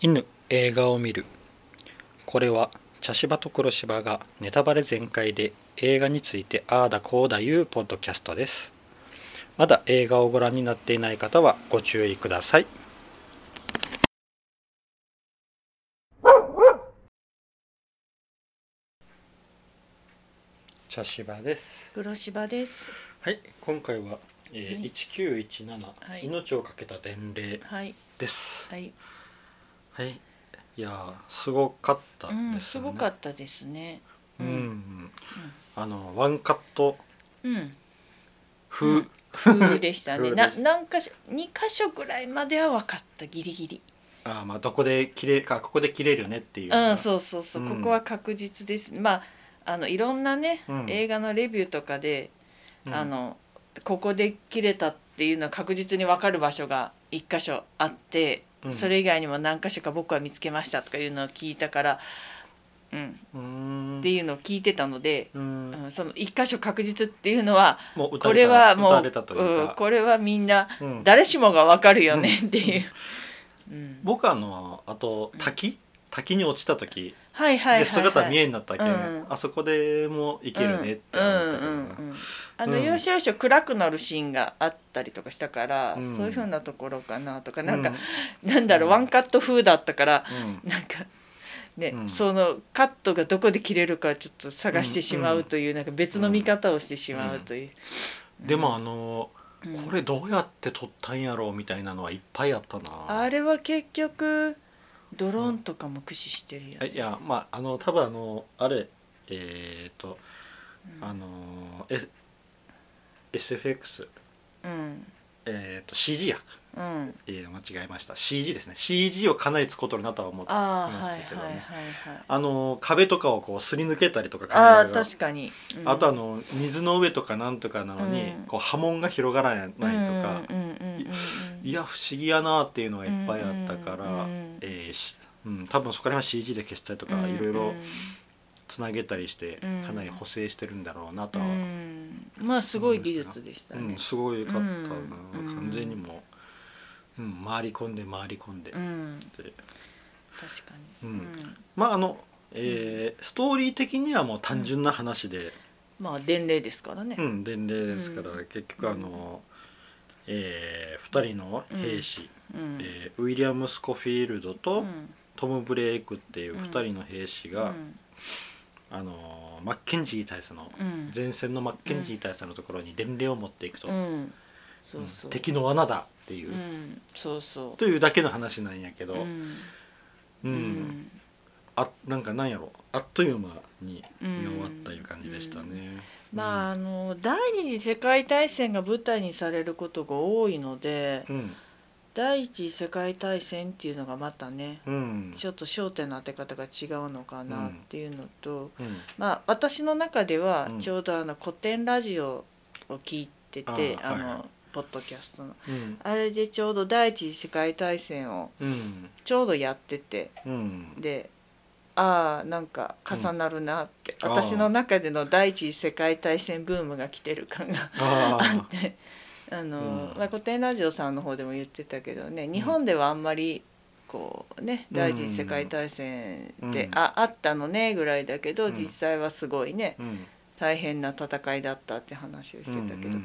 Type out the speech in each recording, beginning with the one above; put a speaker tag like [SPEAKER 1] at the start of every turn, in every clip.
[SPEAKER 1] 犬映画を見るこれは茶芝と黒芝がネタバレ全開で映画についてああだこうだいうポッドキャストですまだ映画をご覧になっていない方はご注意ください茶芝です
[SPEAKER 2] 黒芝です。
[SPEAKER 1] はい今回は、えー
[SPEAKER 2] はい
[SPEAKER 1] 1917、
[SPEAKER 2] はい
[SPEAKER 1] 命をかけた伝令
[SPEAKER 2] はい
[SPEAKER 1] です
[SPEAKER 2] はい。
[SPEAKER 1] はいいやーすごかったです
[SPEAKER 2] う
[SPEAKER 1] ね、
[SPEAKER 2] ん、すごかったですね。
[SPEAKER 1] うん、あのワンカット
[SPEAKER 2] う ん。うん。
[SPEAKER 1] 風、
[SPEAKER 2] うん風でしたね。
[SPEAKER 1] 風
[SPEAKER 2] な
[SPEAKER 1] で、す
[SPEAKER 2] 何か所、二箇所ぐらいまでは分かった、ギリギリ。
[SPEAKER 1] あーまあどこで切れかここで切れるねっていう
[SPEAKER 2] うん、そうそうそう、
[SPEAKER 1] うん
[SPEAKER 2] ここは確実です。まあ、あの、いろんなね、
[SPEAKER 1] うん
[SPEAKER 2] 映画のレビューとかで、
[SPEAKER 1] うん
[SPEAKER 2] あの。ここで切れたっていうのは確実に分かる場所が一箇所あって、
[SPEAKER 1] うん
[SPEAKER 2] それ以外にも何箇所か僕は見つけましたとかいうのを聞いたから、うん、
[SPEAKER 1] うーん
[SPEAKER 2] っていうのを聞いてたので、
[SPEAKER 1] うん
[SPEAKER 2] うん、その一箇所確実っていうのは
[SPEAKER 1] もう打たれた
[SPEAKER 2] これはも
[SPEAKER 1] 打た
[SPEAKER 2] う
[SPEAKER 1] れたという
[SPEAKER 2] うん
[SPEAKER 1] か、
[SPEAKER 2] これはみんな
[SPEAKER 1] うん
[SPEAKER 2] 誰しもがわかるよねっていう、うん
[SPEAKER 1] 僕あのあと
[SPEAKER 2] うん
[SPEAKER 1] 滝、滝に落ちた時
[SPEAKER 2] はいはいはい、はい、
[SPEAKER 1] で姿見えになったけ、
[SPEAKER 2] うん
[SPEAKER 1] あそこでもいけるねって
[SPEAKER 2] うん
[SPEAKER 1] 思ったけ
[SPEAKER 2] う
[SPEAKER 1] ど
[SPEAKER 2] んうんうんあの
[SPEAKER 1] うん
[SPEAKER 2] 要所要所暗くなるシーンがあったりとかしたから、
[SPEAKER 1] うん
[SPEAKER 2] そういうふうなところかなとかなんか、なんだろうワンカット風だったから
[SPEAKER 1] うんうん
[SPEAKER 2] なんかね、
[SPEAKER 1] うん
[SPEAKER 2] そのカットがどこで切れるかちょっと探してしまうという、なんか別の見方をしてしまうという、
[SPEAKER 1] でもあの、
[SPEAKER 2] うん
[SPEAKER 1] これどうやって撮ったんやろうみたいなのはいっぱいあったな
[SPEAKER 2] あれは結局ドローンとかも駆使してるよ
[SPEAKER 1] あ
[SPEAKER 2] ね、
[SPEAKER 1] いやまああの多分あのあれえっ、と
[SPEAKER 2] うん
[SPEAKER 1] あのー、S SFX
[SPEAKER 2] うん
[SPEAKER 1] えっ、と CG や、
[SPEAKER 2] うん
[SPEAKER 1] えー間違えました CG ですね CG をかなり使うとるなとは思ってあ
[SPEAKER 2] ああ
[SPEAKER 1] 見ま
[SPEAKER 2] は
[SPEAKER 1] し
[SPEAKER 2] いはい
[SPEAKER 1] たけど
[SPEAKER 2] は
[SPEAKER 1] ね
[SPEAKER 2] いはい
[SPEAKER 1] のー壁とかをこうすり抜けたりとかカメ
[SPEAKER 2] ああ
[SPEAKER 1] ラ
[SPEAKER 2] ー
[SPEAKER 1] が
[SPEAKER 2] 確かに、うん
[SPEAKER 1] あとあの水の上とかなんとかなのに、
[SPEAKER 2] うん
[SPEAKER 1] こう波紋が広がらないとか、
[SPEAKER 2] うんうんうんうんうん
[SPEAKER 1] いや不思議やなっていうのがいっぱいあったから、
[SPEAKER 2] うんうん
[SPEAKER 1] えーしうん、多分そこら辺は CG で消したりとかいろいろつなげたりして
[SPEAKER 2] うん
[SPEAKER 1] かなり補正してるんだろうなと
[SPEAKER 2] うん
[SPEAKER 1] は
[SPEAKER 2] うんまあすごい技術でした
[SPEAKER 1] う
[SPEAKER 2] ね
[SPEAKER 1] ん、すごい良かったな、
[SPEAKER 2] うん
[SPEAKER 1] 完全にもう、うん、回り込んで回り込んで、
[SPEAKER 2] うん、
[SPEAKER 1] で
[SPEAKER 2] 確かに、
[SPEAKER 1] うんまああの、えーストーリー的にはもう単純な話で、
[SPEAKER 2] まあ伝令ですからね、
[SPEAKER 1] うん伝令ですから、
[SPEAKER 2] うん
[SPEAKER 1] 結局あの、え2人の兵士、
[SPEAKER 2] うん
[SPEAKER 1] えーウィリアム・スコフィールドと、
[SPEAKER 2] うん
[SPEAKER 1] トム・ブレイクっていう
[SPEAKER 2] うん
[SPEAKER 1] 2人の兵士が、
[SPEAKER 2] うん
[SPEAKER 1] あのマッケンジー大佐の
[SPEAKER 2] うん
[SPEAKER 1] 前線のマッケンジー大佐のところに伝令を持っていくと、
[SPEAKER 2] うんそううんそう、
[SPEAKER 1] 敵の罠だっていうう、
[SPEAKER 2] んそうそ
[SPEAKER 1] というだけの話なんやけ
[SPEAKER 2] う
[SPEAKER 1] ど、
[SPEAKER 2] うん
[SPEAKER 1] う
[SPEAKER 2] うんん
[SPEAKER 1] あなんかなんやろあっという間に
[SPEAKER 2] うん
[SPEAKER 1] 見終わったいう感じでした
[SPEAKER 2] うん
[SPEAKER 1] ね。
[SPEAKER 2] まああの第二次世界大戦が舞台にされることが多いので
[SPEAKER 1] うん
[SPEAKER 2] 第一次世界大戦っていうのがまたね
[SPEAKER 1] うん
[SPEAKER 2] ちょっと焦点の当て方が違うのかなっていうのと、
[SPEAKER 1] うん
[SPEAKER 2] まあ私の中では
[SPEAKER 1] うん
[SPEAKER 2] ちょうどあの古典ラジオを聞いてて、
[SPEAKER 1] あー
[SPEAKER 2] あ
[SPEAKER 1] はいはい
[SPEAKER 2] のポッドキャストの
[SPEAKER 1] うん
[SPEAKER 2] あれでちょうど第一次世界大戦を
[SPEAKER 1] うん
[SPEAKER 2] ちょうどやってて
[SPEAKER 1] うん
[SPEAKER 2] でああなんか重なるなって、
[SPEAKER 1] うんあー
[SPEAKER 2] 私の中での第一次世界大戦ブームが来てる感があ
[SPEAKER 1] あ
[SPEAKER 2] ってあの、
[SPEAKER 1] うん
[SPEAKER 2] まあ、古典ラジオさんの方でも言ってたけどね日本ではあんまりこうね
[SPEAKER 1] うん
[SPEAKER 2] 第一次世界大戦って、
[SPEAKER 1] うん
[SPEAKER 2] ああったのねぐらいだけど、
[SPEAKER 1] うん
[SPEAKER 2] 実際はすごいね
[SPEAKER 1] ーうん
[SPEAKER 2] 大変な戦いだったって話をしてたけど。う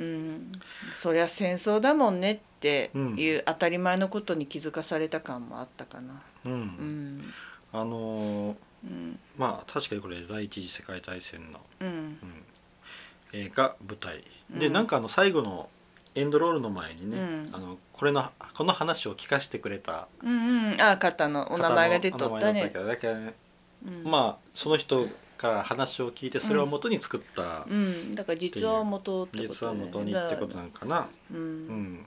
[SPEAKER 1] うんん
[SPEAKER 2] そりゃ戦争だもんねって
[SPEAKER 1] うん
[SPEAKER 2] いう当たり前のことに気づかされた感もあったかな。
[SPEAKER 1] うんうんうん
[SPEAKER 2] うん、
[SPEAKER 1] あのー
[SPEAKER 2] うん
[SPEAKER 1] まあ確かにこれ第一次世界大戦の、
[SPEAKER 2] うん
[SPEAKER 1] うんえーが舞台で、
[SPEAKER 2] うん
[SPEAKER 1] なんかあの最後のエンドロールの前にね、
[SPEAKER 2] うん
[SPEAKER 1] あのこれのこの話を聞かせてくれた
[SPEAKER 2] うんうん、あ方のお名前が出とったね。
[SPEAKER 1] 方のお名前だったけどだけど
[SPEAKER 2] うん
[SPEAKER 1] まあその人から話を聞いてそれを元に作った
[SPEAKER 2] うん、だから実は元ってこと
[SPEAKER 1] 実は
[SPEAKER 2] だよね
[SPEAKER 1] 元にってことなのかな、う
[SPEAKER 2] う、
[SPEAKER 1] んん、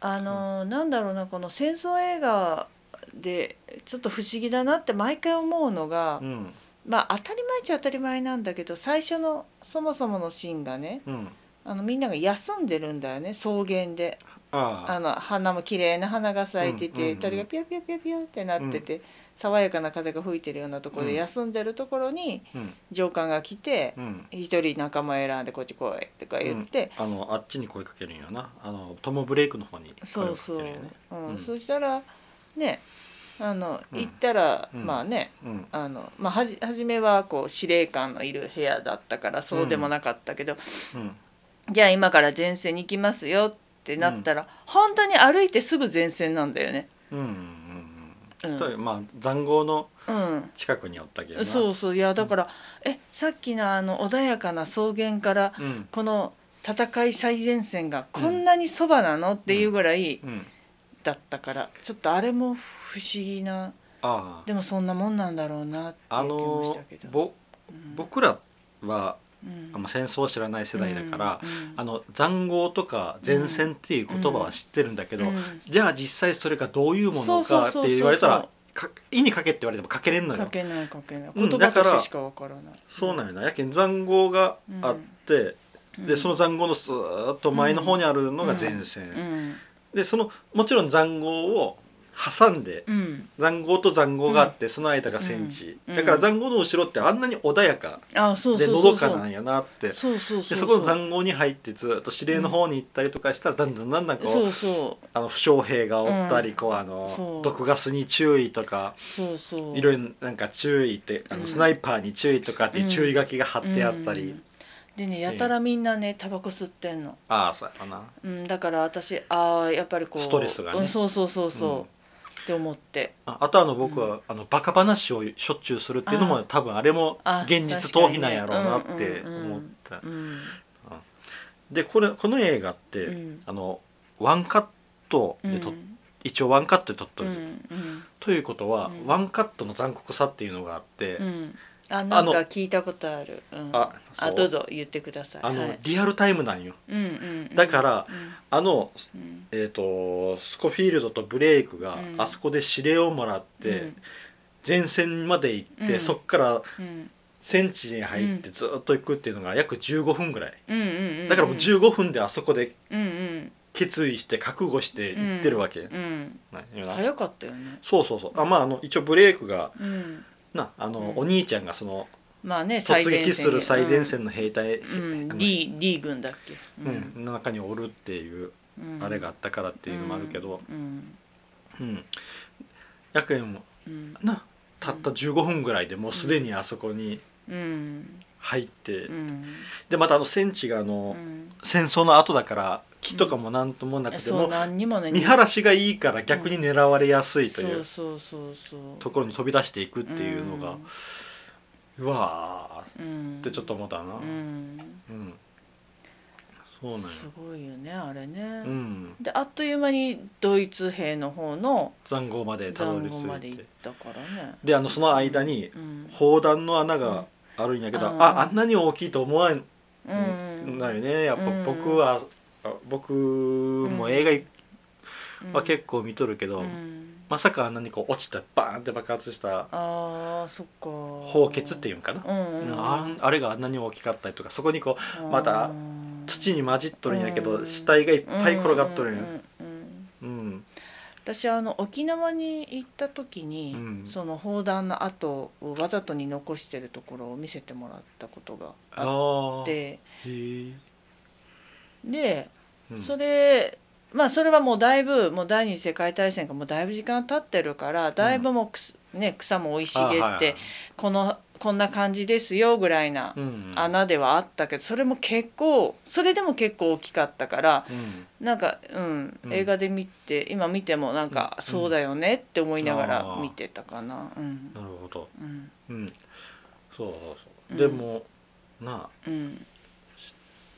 [SPEAKER 2] あのーなんだろうなこの戦争映画でちょっと不思議だなって毎回思うのが、
[SPEAKER 1] うん
[SPEAKER 2] まあ当たり前っちゃ当たり前なんだけど最初のそもそものシーンがね
[SPEAKER 1] うん
[SPEAKER 2] あのみんなが休んでるんだよね草原で
[SPEAKER 1] あ
[SPEAKER 2] あの花も綺麗な花が咲いて
[SPEAKER 1] うんうん
[SPEAKER 2] て、
[SPEAKER 1] うん
[SPEAKER 2] 鳥がピヨピヨピヨピヨってなってて、爽やかな風が吹いてるようなところ
[SPEAKER 1] う
[SPEAKER 2] で
[SPEAKER 1] ん
[SPEAKER 2] 休んでるところに
[SPEAKER 1] あうん
[SPEAKER 2] 上官が来て
[SPEAKER 1] うん
[SPEAKER 2] 一人仲間選んでこっち来いとか言って、
[SPEAKER 1] あのあっちに声かけるんやなあのトム・ブレイクの方に声
[SPEAKER 2] そ
[SPEAKER 1] を
[SPEAKER 2] う
[SPEAKER 1] か
[SPEAKER 2] そ
[SPEAKER 1] け
[SPEAKER 2] う、
[SPEAKER 1] るんやね
[SPEAKER 2] うん
[SPEAKER 1] うん
[SPEAKER 2] そしたらねあの
[SPEAKER 1] うん
[SPEAKER 2] 行ったら、
[SPEAKER 1] うん
[SPEAKER 2] まあね
[SPEAKER 1] うん
[SPEAKER 2] あの、まあ、はじ初めはこう司令官のいる部屋だったからそうでもなかったけど、
[SPEAKER 1] うん
[SPEAKER 2] じゃあ今から前線に行きますよってなったら、本当に歩いてすぐ前線なんだよね。
[SPEAKER 1] うんうんうん
[SPEAKER 2] う
[SPEAKER 1] うんと
[SPEAKER 2] ん
[SPEAKER 1] まあ塹壕の
[SPEAKER 2] うん
[SPEAKER 1] 近くにおったけどな
[SPEAKER 2] そうそういやだから、えさっきのあの穏やかな草原から
[SPEAKER 1] うん
[SPEAKER 2] この戦い最前線がこんなにそばなの、っていうぐらい
[SPEAKER 1] うん
[SPEAKER 2] だったからちょっとあれも不思議な
[SPEAKER 1] あ
[SPEAKER 2] でもそんなもんなんだろうなって
[SPEAKER 1] ああ
[SPEAKER 2] いう気もし
[SPEAKER 1] の
[SPEAKER 2] たけど、
[SPEAKER 1] ぼ
[SPEAKER 2] うん、
[SPEAKER 1] 僕らは
[SPEAKER 2] うん
[SPEAKER 1] あんま戦争を知らない世代だから、
[SPEAKER 2] うんうん
[SPEAKER 1] あの塹壕とか前線っていう言葉は知ってるんだけど、
[SPEAKER 2] うん
[SPEAKER 1] じゃあ実際それがどういうも
[SPEAKER 2] そ
[SPEAKER 1] の
[SPEAKER 2] うそう
[SPEAKER 1] か
[SPEAKER 2] そう
[SPEAKER 1] っ
[SPEAKER 2] そう
[SPEAKER 1] て言われたらか意に書けって言われても書けれんの
[SPEAKER 2] 書
[SPEAKER 1] よ
[SPEAKER 2] けない書けない
[SPEAKER 1] うん
[SPEAKER 2] 言葉
[SPEAKER 1] だか
[SPEAKER 2] と
[SPEAKER 1] ら
[SPEAKER 2] してしかわからない、
[SPEAKER 1] そうなんよなやけん塹壕があって、
[SPEAKER 2] うん
[SPEAKER 1] でその塹壕のスーッと前の方にあるのが前線、
[SPEAKER 2] うん
[SPEAKER 1] でそのもちろん塹壕を挟んで
[SPEAKER 2] うん
[SPEAKER 1] 塹壕と塹壕があって、その間が戦地、
[SPEAKER 2] うん
[SPEAKER 1] だから塹壕の後ろってあんなに穏やか
[SPEAKER 2] あそう
[SPEAKER 1] で
[SPEAKER 2] そう
[SPEAKER 1] の
[SPEAKER 2] そ
[SPEAKER 1] ど
[SPEAKER 2] う
[SPEAKER 1] か
[SPEAKER 2] そう
[SPEAKER 1] なんやなって
[SPEAKER 2] そうそうそう
[SPEAKER 1] でそこの塹壕に入ってずっと指令の方に行ったりとかしたらだんだんだんだんこう
[SPEAKER 2] そうそう
[SPEAKER 1] あの負傷兵がおったり、
[SPEAKER 2] うん
[SPEAKER 1] こうあの
[SPEAKER 2] そう
[SPEAKER 1] 毒ガスに注意とか
[SPEAKER 2] そうそう
[SPEAKER 1] いろいろなんか注意ってあ
[SPEAKER 2] う
[SPEAKER 1] の
[SPEAKER 2] ん
[SPEAKER 1] スナイパーに注意とかっていう注意書きが貼ってあったり、
[SPEAKER 2] うんでねやたらみんなねタバコ吸ってんの、
[SPEAKER 1] ああそうやろな
[SPEAKER 2] うん、だから私ああやっぱりこう
[SPEAKER 1] ストレスがね
[SPEAKER 2] うんそうそうそうそう、
[SPEAKER 1] うん
[SPEAKER 2] って思って
[SPEAKER 1] ああとあの僕は、あのバカ話をしょっちゅうするっていうの
[SPEAKER 2] あ
[SPEAKER 1] も
[SPEAKER 2] ー
[SPEAKER 1] 多分あれも
[SPEAKER 2] あ
[SPEAKER 1] 現実逃避なんやろうなって
[SPEAKER 2] 確かにねうんうんうん
[SPEAKER 1] 思った、
[SPEAKER 2] うん
[SPEAKER 1] でこれこの映画って、
[SPEAKER 2] うん
[SPEAKER 1] あのワンカットで撮っ、
[SPEAKER 2] うん
[SPEAKER 1] 一応ワンカットで撮っと
[SPEAKER 2] う
[SPEAKER 1] る、
[SPEAKER 2] んうん
[SPEAKER 1] ということは、
[SPEAKER 2] うん
[SPEAKER 1] ワンカットの残酷さっていうのがあって、
[SPEAKER 2] うんあなんか聞いたことあるうん
[SPEAKER 1] あそう
[SPEAKER 2] どうぞ言ってください
[SPEAKER 1] あの、
[SPEAKER 2] はい
[SPEAKER 1] リアルタイムなんよ
[SPEAKER 2] うんうんうん
[SPEAKER 1] だからあの、
[SPEAKER 2] うんうん
[SPEAKER 1] えー、とスコフィールドとブレイクが
[SPEAKER 2] うん
[SPEAKER 1] あそこで指令をもらって、前線まで行って、
[SPEAKER 2] うん
[SPEAKER 1] そっから
[SPEAKER 2] うんうん
[SPEAKER 1] 戦地に入ってずっと行くっていうのが約15分ぐらい
[SPEAKER 2] うんうんうん
[SPEAKER 1] だからもう15分であそこで
[SPEAKER 2] うんうん
[SPEAKER 1] 決意して覚悟して行ってるわけ、
[SPEAKER 2] うん
[SPEAKER 1] なんよな
[SPEAKER 2] 早かったよね
[SPEAKER 1] そうそうそうあまああの一応ブレイクが
[SPEAKER 2] うん
[SPEAKER 1] なあの、
[SPEAKER 2] うん
[SPEAKER 1] お兄ちゃんがその
[SPEAKER 2] まあね
[SPEAKER 1] 突撃する最前線
[SPEAKER 2] の
[SPEAKER 1] の兵隊、
[SPEAKER 2] うん
[SPEAKER 1] あの
[SPEAKER 2] D D 軍だっけ
[SPEAKER 1] うんの中におるっていう
[SPEAKER 2] うん
[SPEAKER 1] あれがあったからっていうのもあるけど、
[SPEAKER 2] うん
[SPEAKER 1] うん、やけんも
[SPEAKER 2] うん
[SPEAKER 1] なたった15分ぐらいでもうすでにあそこに
[SPEAKER 2] うん
[SPEAKER 1] 入って、
[SPEAKER 2] うん
[SPEAKER 1] でまたあの戦地があ
[SPEAKER 2] う
[SPEAKER 1] の、
[SPEAKER 2] ん
[SPEAKER 1] 戦争の後だから木とかもなんともなくて、
[SPEAKER 2] そう
[SPEAKER 1] も
[SPEAKER 2] 何にもね
[SPEAKER 1] う見晴らしがいいから逆に狙われやすいという
[SPEAKER 2] そうそうそうそう
[SPEAKER 1] ところに飛び出していくっていうのが、うわー
[SPEAKER 2] うん
[SPEAKER 1] ってちょっと思ったな、
[SPEAKER 2] う
[SPEAKER 1] うん
[SPEAKER 2] ん
[SPEAKER 1] そうなんよ、
[SPEAKER 2] すごいよねあれね、
[SPEAKER 1] うん、
[SPEAKER 2] であっという間にドイツ兵の方の
[SPEAKER 1] 塹壕までたど
[SPEAKER 2] 塹
[SPEAKER 1] り
[SPEAKER 2] 壕まで
[SPEAKER 1] 着い
[SPEAKER 2] 行ってたからね
[SPEAKER 1] であのその間に
[SPEAKER 2] うん
[SPEAKER 1] 砲弾の穴があるんやけど、
[SPEAKER 2] うん
[SPEAKER 1] ああんなに大きいと思わん
[SPEAKER 2] うんうん
[SPEAKER 1] ないよねやっぱ
[SPEAKER 2] うん
[SPEAKER 1] 僕は、あ僕も映
[SPEAKER 2] うん
[SPEAKER 1] 画は結構見とるけど、
[SPEAKER 2] うん
[SPEAKER 1] まさかあんなにこう落ちてバーンって爆発した
[SPEAKER 2] あーそっか
[SPEAKER 1] 砲血っていうんかな、
[SPEAKER 2] うん
[SPEAKER 1] う
[SPEAKER 2] うんん
[SPEAKER 1] あんあれがあんなに大きかったりとかそこにこうまた土
[SPEAKER 2] に
[SPEAKER 1] に混じっとるんやけど、
[SPEAKER 2] うん
[SPEAKER 1] 死体がいっぱい転がっとるんや
[SPEAKER 2] うんうんうん
[SPEAKER 1] うん
[SPEAKER 2] 私あの沖縄に行った時に、
[SPEAKER 1] うん
[SPEAKER 2] その砲弾の跡をわざとに残してるところを見せてもらったことが
[SPEAKER 1] あ
[SPEAKER 2] あ
[SPEAKER 1] あ
[SPEAKER 2] っ
[SPEAKER 1] ーへ
[SPEAKER 2] て
[SPEAKER 1] え、
[SPEAKER 2] で
[SPEAKER 1] うん、
[SPEAKER 2] それまあそれはもうだいぶもう第二次世界大戦がもうだいぶ時間経ってるからだいぶもうくす、ね、草も生い茂って、
[SPEAKER 1] あーはいはい
[SPEAKER 2] このこんな感じですよぐらいな
[SPEAKER 1] うん、
[SPEAKER 2] 穴ではあったけどそれも結構それでも結構大きかったから
[SPEAKER 1] うん
[SPEAKER 2] なんか、うん
[SPEAKER 1] うん
[SPEAKER 2] 映画で見て今見てもなんか、
[SPEAKER 1] うん
[SPEAKER 2] そうだよねって思いなが
[SPEAKER 1] あ
[SPEAKER 2] ら
[SPEAKER 1] ー
[SPEAKER 2] 見てたかな。うん
[SPEAKER 1] なるほど
[SPEAKER 2] うん
[SPEAKER 1] うんそうそうそう、
[SPEAKER 2] うん
[SPEAKER 1] でもな
[SPEAKER 2] うん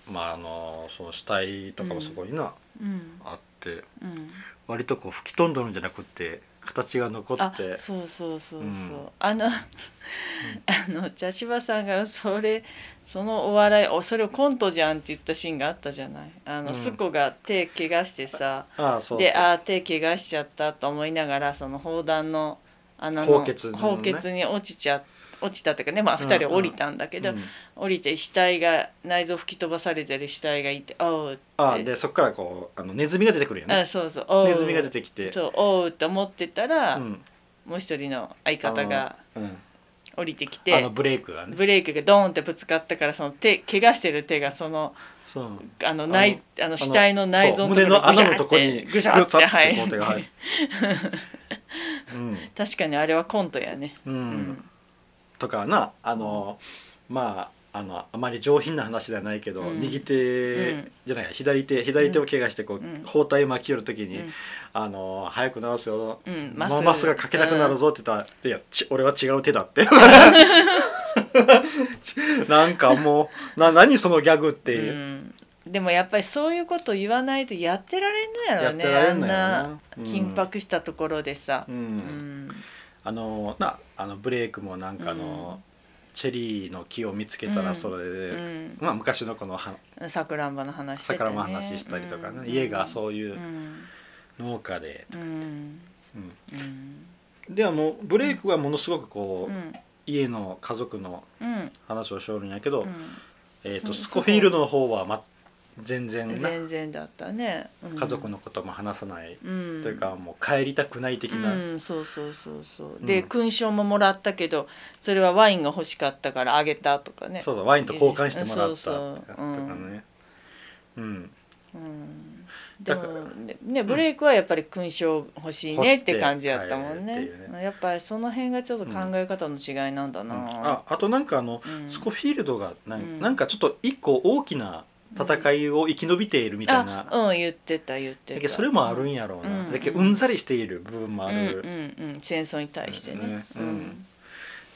[SPEAKER 1] あまああのその死体とかもそこにな、
[SPEAKER 2] うん
[SPEAKER 1] あって
[SPEAKER 2] うん
[SPEAKER 1] 割とこう吹き飛んどるんじゃなくって形が残
[SPEAKER 2] あ
[SPEAKER 1] って
[SPEAKER 2] そうそうそうそう、
[SPEAKER 1] うん
[SPEAKER 2] あのあの茶芝さんがそれそのお笑いおそれをコントじゃんって言ったシーンがあったじゃないあの、
[SPEAKER 1] うん
[SPEAKER 2] スコが手怪我してさ
[SPEAKER 1] ああそうそう
[SPEAKER 2] であー手怪我しちゃったと思いながらその砲弾の穴の
[SPEAKER 1] 砲血のね
[SPEAKER 2] 砲血に落ちちゃ落ちたというかねまあ
[SPEAKER 1] うん
[SPEAKER 2] 2人降りたんだけど、
[SPEAKER 1] うん
[SPEAKER 2] 降りて死体が内臓吹き飛ばされてる死体がいて「おう」って
[SPEAKER 1] ああでそっからこうあのネズミが出てくるよ
[SPEAKER 2] あ
[SPEAKER 1] ね
[SPEAKER 2] そうそう「おう」
[SPEAKER 1] ネズミが出てきて
[SPEAKER 2] そうおうって思ってたら、
[SPEAKER 1] うん
[SPEAKER 2] もう一人の相方が
[SPEAKER 1] うん
[SPEAKER 2] 降りてき
[SPEAKER 1] あの
[SPEAKER 2] て
[SPEAKER 1] ブレイクがね
[SPEAKER 2] ブレーキがドーンってぶつかったからその手怪我してる手がその
[SPEAKER 1] そう
[SPEAKER 2] あの内あの死体の内臓
[SPEAKER 1] そう胸の穴のとこ
[SPEAKER 2] ぐ
[SPEAKER 1] に
[SPEAKER 2] しゃってぐしゃって
[SPEAKER 1] ぐしゃ
[SPEAKER 2] は
[SPEAKER 1] こう手が入
[SPEAKER 2] い
[SPEAKER 1] るうん
[SPEAKER 2] 確かにあれはコントやね
[SPEAKER 1] う
[SPEAKER 2] うんん、
[SPEAKER 1] とかなあのまああのあまり上品な話ではないけど、
[SPEAKER 2] うん
[SPEAKER 1] 右手、
[SPEAKER 2] うん
[SPEAKER 1] じゃない左手左手を怪我してこう、
[SPEAKER 2] うん
[SPEAKER 1] 包帯巻き寄る時に、
[SPEAKER 2] うん
[SPEAKER 1] あの「早く治すよ」
[SPEAKER 2] うん
[SPEAKER 1] まあ、マスがかけなくなるぞって言ったら、いやち俺は違う手だって なんかもうな何そのギャグって
[SPEAKER 2] う
[SPEAKER 1] いう、
[SPEAKER 2] んでもやっぱりそういうこと言わないとやってられんのや
[SPEAKER 1] や
[SPEAKER 2] ろ
[SPEAKER 1] って
[SPEAKER 2] ね
[SPEAKER 1] られ
[SPEAKER 2] あ
[SPEAKER 1] ん
[SPEAKER 2] ん
[SPEAKER 1] のよ
[SPEAKER 2] な
[SPEAKER 1] な、
[SPEAKER 2] 緊迫したところでさ
[SPEAKER 1] うん、う
[SPEAKER 2] うんん
[SPEAKER 1] あのなあのブレイクもなんかあの、チェリーの木を見つけた
[SPEAKER 2] う
[SPEAKER 1] ら
[SPEAKER 2] ん
[SPEAKER 1] それで、
[SPEAKER 2] うん
[SPEAKER 1] まあ、昔のこのは
[SPEAKER 2] さくらんぼの話してた
[SPEAKER 1] 桜
[SPEAKER 2] ね
[SPEAKER 1] も話したりとかね、
[SPEAKER 2] うん
[SPEAKER 1] 家がそういううん農家で、
[SPEAKER 2] うん
[SPEAKER 1] うん
[SPEAKER 2] うん
[SPEAKER 1] ではもうブレイクはものすごくこ
[SPEAKER 2] う
[SPEAKER 1] う、
[SPEAKER 2] ん
[SPEAKER 1] 家の家族の
[SPEAKER 2] うん
[SPEAKER 1] 話をしょるんやけど、
[SPEAKER 2] うん
[SPEAKER 1] えー、
[SPEAKER 2] そ
[SPEAKER 1] と
[SPEAKER 2] う
[SPEAKER 1] スコフィールドの方は、ま、全然な
[SPEAKER 2] 全然だったね、うん
[SPEAKER 1] 家族のことも話さない、
[SPEAKER 2] うん
[SPEAKER 1] というかもう帰りたくない的な、
[SPEAKER 2] うん、そうそうそうそう、
[SPEAKER 1] うん
[SPEAKER 2] で勲章ももらったけどそれはワインが欲しかったからあげたとかね
[SPEAKER 1] そうだワインと交換してもらった
[SPEAKER 2] そうそう
[SPEAKER 1] とかね。うん、
[SPEAKER 2] うん、で
[SPEAKER 1] だ
[SPEAKER 2] も
[SPEAKER 1] から
[SPEAKER 2] ねねブレイクはやっぱり勲章欲しいねって感じやったもん
[SPEAKER 1] 欲し
[SPEAKER 2] ね
[SPEAKER 1] いっていう
[SPEAKER 2] やっぱりその辺がちょっと考え方の違いなんだな、
[SPEAKER 1] ああとなんかあの、
[SPEAKER 2] うん
[SPEAKER 1] スコフィールドがなん,、
[SPEAKER 2] うん
[SPEAKER 1] なんかちょっと一個大きな戦いを生き延びているみたいな、
[SPEAKER 2] あうん言ってた言っ
[SPEAKER 1] だ
[SPEAKER 2] てた
[SPEAKER 1] けどそれもあるんやろうな、
[SPEAKER 2] うん
[SPEAKER 1] だけどうんざりしている部分もある、
[SPEAKER 2] う
[SPEAKER 1] っ
[SPEAKER 2] んうんうん、戦争に対してね
[SPEAKER 1] ねうん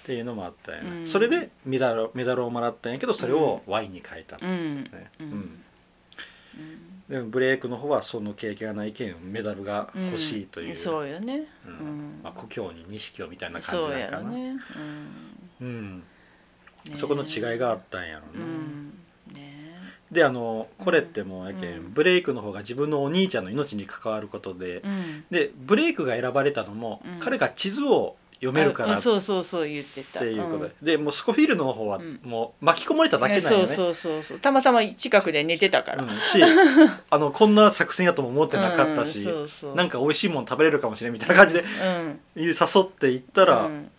[SPEAKER 1] ていうのもあったよね、
[SPEAKER 2] うん
[SPEAKER 1] それでメダルメダルをもらったんやけどそれをワインに変えた、
[SPEAKER 2] うんうん
[SPEAKER 1] ね
[SPEAKER 2] うん
[SPEAKER 1] うんでもブレイクの方はその経験がないけんメダルが
[SPEAKER 2] うん
[SPEAKER 1] 欲しいという,、うん
[SPEAKER 2] そうよね、
[SPEAKER 1] まあ、故郷に錦をみたいな感
[SPEAKER 2] そう
[SPEAKER 1] じな
[SPEAKER 2] や
[SPEAKER 1] んか
[SPEAKER 2] ろ
[SPEAKER 1] な
[SPEAKER 2] ね,、
[SPEAKER 1] うん、
[SPEAKER 2] うん、ね
[SPEAKER 1] そこの違いがあったんやろ
[SPEAKER 2] う
[SPEAKER 1] な、
[SPEAKER 2] んね
[SPEAKER 1] であのこれってもうやけん、
[SPEAKER 2] うん
[SPEAKER 1] ブレイクの方が自分のお兄ちゃんの命に関わることで、
[SPEAKER 2] うん
[SPEAKER 1] でブレイクが選ばれたのも、
[SPEAKER 2] うん
[SPEAKER 1] 彼が地図を読めるから
[SPEAKER 2] あ
[SPEAKER 1] っ
[SPEAKER 2] そうそうそう言ってた
[SPEAKER 1] ていうことで、
[SPEAKER 2] ん
[SPEAKER 1] でもうスコフィールドの方は
[SPEAKER 2] うん
[SPEAKER 1] もう巻き込まれただけなんよね。
[SPEAKER 2] ねそうそうそうそうたまたま近くで寝てたから、
[SPEAKER 1] う んしあのこんな作戦やとも思ってなかったし、
[SPEAKER 2] うんそうそう
[SPEAKER 1] なんか美味しいもん食べれるかもしれんみたいな感じで
[SPEAKER 2] うん
[SPEAKER 1] 誘っていったら、
[SPEAKER 2] うん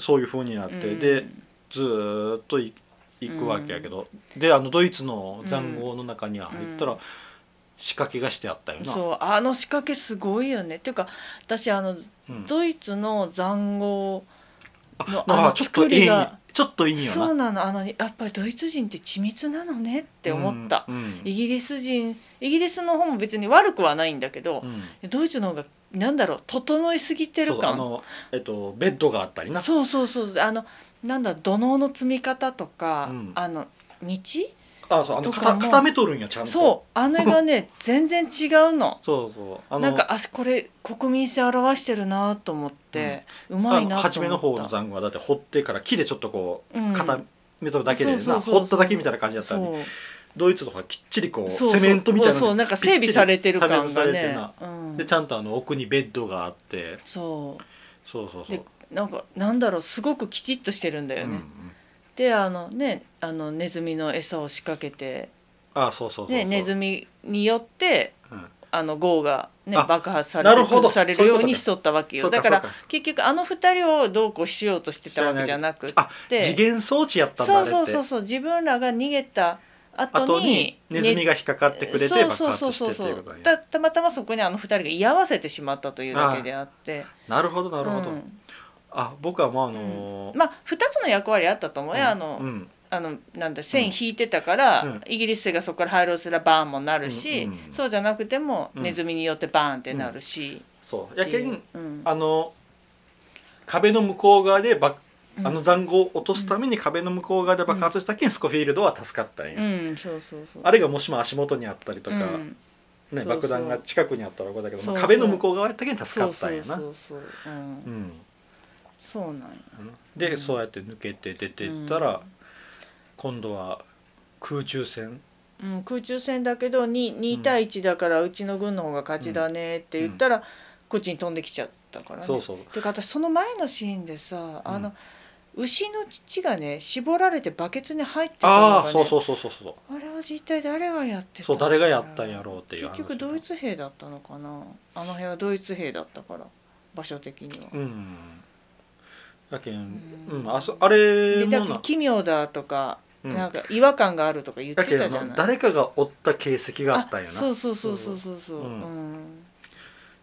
[SPEAKER 1] そういう風になって、でずーっとい行くわけやけど、であのドイツの塹壕の中には入ったら、
[SPEAKER 2] うん
[SPEAKER 1] 仕掛けがしてあったよな。
[SPEAKER 2] そうあの仕掛けすごいよねっていうか私あの
[SPEAKER 1] うん
[SPEAKER 2] ドイツの塹壕のあ
[SPEAKER 1] あ
[SPEAKER 2] の
[SPEAKER 1] ちょっと
[SPEAKER 2] 作
[SPEAKER 1] いい
[SPEAKER 2] りが
[SPEAKER 1] ちょっといいよな
[SPEAKER 2] そうなのあのやっぱりドイツ人って緻密なのねって思った、
[SPEAKER 1] うんうん
[SPEAKER 2] イギリス人イギリスの方も別に悪くはないんだけど
[SPEAKER 1] う、ん
[SPEAKER 2] ドイツの方がなんだろう整いすぎてる
[SPEAKER 1] そうあ
[SPEAKER 2] 感
[SPEAKER 1] のえっとベッドがあったりな
[SPEAKER 2] そうそうそうあのなんだ土のうの積み方とか、
[SPEAKER 1] うん
[SPEAKER 2] あの道
[SPEAKER 1] あそうあの
[SPEAKER 2] とか
[SPEAKER 1] 固
[SPEAKER 2] も
[SPEAKER 1] 固めとるんやちゃんと
[SPEAKER 2] そうあれがね全然違うの
[SPEAKER 1] そうそうあの
[SPEAKER 2] なんかあこれ国民性表してるなと思って、う
[SPEAKER 1] あ
[SPEAKER 2] まいなと思った
[SPEAKER 1] 初めの方の塹壕はだって掘ってから木でちょっとこ
[SPEAKER 2] うん
[SPEAKER 1] う固めとるだけでな、
[SPEAKER 2] そうそうそうそう
[SPEAKER 1] 掘っただけみたいな感じだったんで
[SPEAKER 2] そう
[SPEAKER 1] ドイツの方はきっちりこう
[SPEAKER 2] そう
[SPEAKER 1] セメントみたいなの
[SPEAKER 2] そうそうなんか整備されてる感が
[SPEAKER 1] 整備されて
[SPEAKER 2] ね
[SPEAKER 1] な、
[SPEAKER 2] うん、
[SPEAKER 1] でちゃんとあの奥にベッドがあって
[SPEAKER 2] そ
[SPEAKER 1] そうそうそう
[SPEAKER 2] でうなんかなんだろうすごくきちっとしてるんだよ
[SPEAKER 1] うんう
[SPEAKER 2] ね、
[SPEAKER 1] ん
[SPEAKER 2] であのねあのネズミの餌を仕掛けて
[SPEAKER 1] あそうそうそうそう
[SPEAKER 2] ねネズミによって
[SPEAKER 1] うん
[SPEAKER 2] あの豪が、ね
[SPEAKER 1] あ、
[SPEAKER 2] 爆発され
[SPEAKER 1] な
[SPEAKER 2] て
[SPEAKER 1] るほど
[SPEAKER 2] 崩され
[SPEAKER 1] そう
[SPEAKER 2] る
[SPEAKER 1] いうこと
[SPEAKER 2] よう
[SPEAKER 1] か
[SPEAKER 2] にしとったわけ
[SPEAKER 1] そ
[SPEAKER 2] よ
[SPEAKER 1] うか
[SPEAKER 2] だから
[SPEAKER 1] そう
[SPEAKER 2] 結局あの二人をどうこうしようとしてたわけじゃなくっ
[SPEAKER 1] あ次
[SPEAKER 2] て
[SPEAKER 1] 元装置やったんだ
[SPEAKER 2] そ
[SPEAKER 1] あれっ
[SPEAKER 2] う
[SPEAKER 1] て
[SPEAKER 2] そうそうそう自分らが逃げた後
[SPEAKER 1] 後に
[SPEAKER 2] に
[SPEAKER 1] ネズミ
[SPEAKER 2] が
[SPEAKER 1] が引っかかってくれて爆発してっていうことね
[SPEAKER 2] たたまたまそこにあの二人が居合わせてしまったというだけであって
[SPEAKER 1] なるほどなるほど、
[SPEAKER 2] うん
[SPEAKER 1] あ僕はまああのー
[SPEAKER 2] まあ二つの役割あったと思うよ、あの、
[SPEAKER 1] うん
[SPEAKER 2] あのなんだ線引いてたから、
[SPEAKER 1] うん
[SPEAKER 2] イギリス勢がそこから入ろうすればバーンもなるし、
[SPEAKER 1] うんうん
[SPEAKER 2] そうじゃなくても
[SPEAKER 1] うん
[SPEAKER 2] ネズミによってバーンってなるし、
[SPEAKER 1] そうやけ
[SPEAKER 2] ってい
[SPEAKER 1] ん
[SPEAKER 2] ううん
[SPEAKER 1] あの壁の向こう側でばあの
[SPEAKER 2] うん
[SPEAKER 1] 塹壕を落とすために壁の向こう側で爆発したけんスコフィールドは助かったん
[SPEAKER 2] う
[SPEAKER 1] や、
[SPEAKER 2] んそうそうそう
[SPEAKER 1] あれがもしも足元にあったりとか、
[SPEAKER 2] うん
[SPEAKER 1] ね、
[SPEAKER 2] そう
[SPEAKER 1] 爆弾が近くにあったらこだけど
[SPEAKER 2] そう
[SPEAKER 1] まあ壁の向こう側やったけん助かったんやな
[SPEAKER 2] そうそうそう、うん
[SPEAKER 1] うん
[SPEAKER 2] そうなんや
[SPEAKER 1] で、
[SPEAKER 2] うん
[SPEAKER 1] そうやって抜けて出てったら、今度は空中戦
[SPEAKER 2] うん、うん空中戦だけど 2, 2対1だからうちの軍の方が勝ちだねって言ったら、こっちに飛んできちゃったからね
[SPEAKER 1] そうそう
[SPEAKER 2] てか私その前のシーンでさあの、
[SPEAKER 1] うん
[SPEAKER 2] 牛の乳がね絞られてバケツに入ってたのが、
[SPEAKER 1] あ
[SPEAKER 2] ね、
[SPEAKER 1] あそうそうそうそうそう
[SPEAKER 2] あれは一体誰がやってた
[SPEAKER 1] そう誰がやったんやろうっていう話
[SPEAKER 2] 結局ドイツ兵だったのかなあの辺はドイツ兵だったから場所的には、
[SPEAKER 1] うんやけん、
[SPEAKER 2] う
[SPEAKER 1] うんん、あそあれ
[SPEAKER 2] でだ
[SPEAKER 1] も
[SPEAKER 2] って
[SPEAKER 1] な、
[SPEAKER 2] 奇妙だとか、
[SPEAKER 1] うん、
[SPEAKER 2] なん
[SPEAKER 1] や
[SPEAKER 2] か違和感があるとか言って
[SPEAKER 1] け
[SPEAKER 2] た
[SPEAKER 1] ん
[SPEAKER 2] じゃ
[SPEAKER 1] な
[SPEAKER 2] ない
[SPEAKER 1] 誰かが追った形跡があったんやな
[SPEAKER 2] そ
[SPEAKER 1] そう
[SPEAKER 2] うそうそうそうそうそう
[SPEAKER 1] う
[SPEAKER 2] うんん、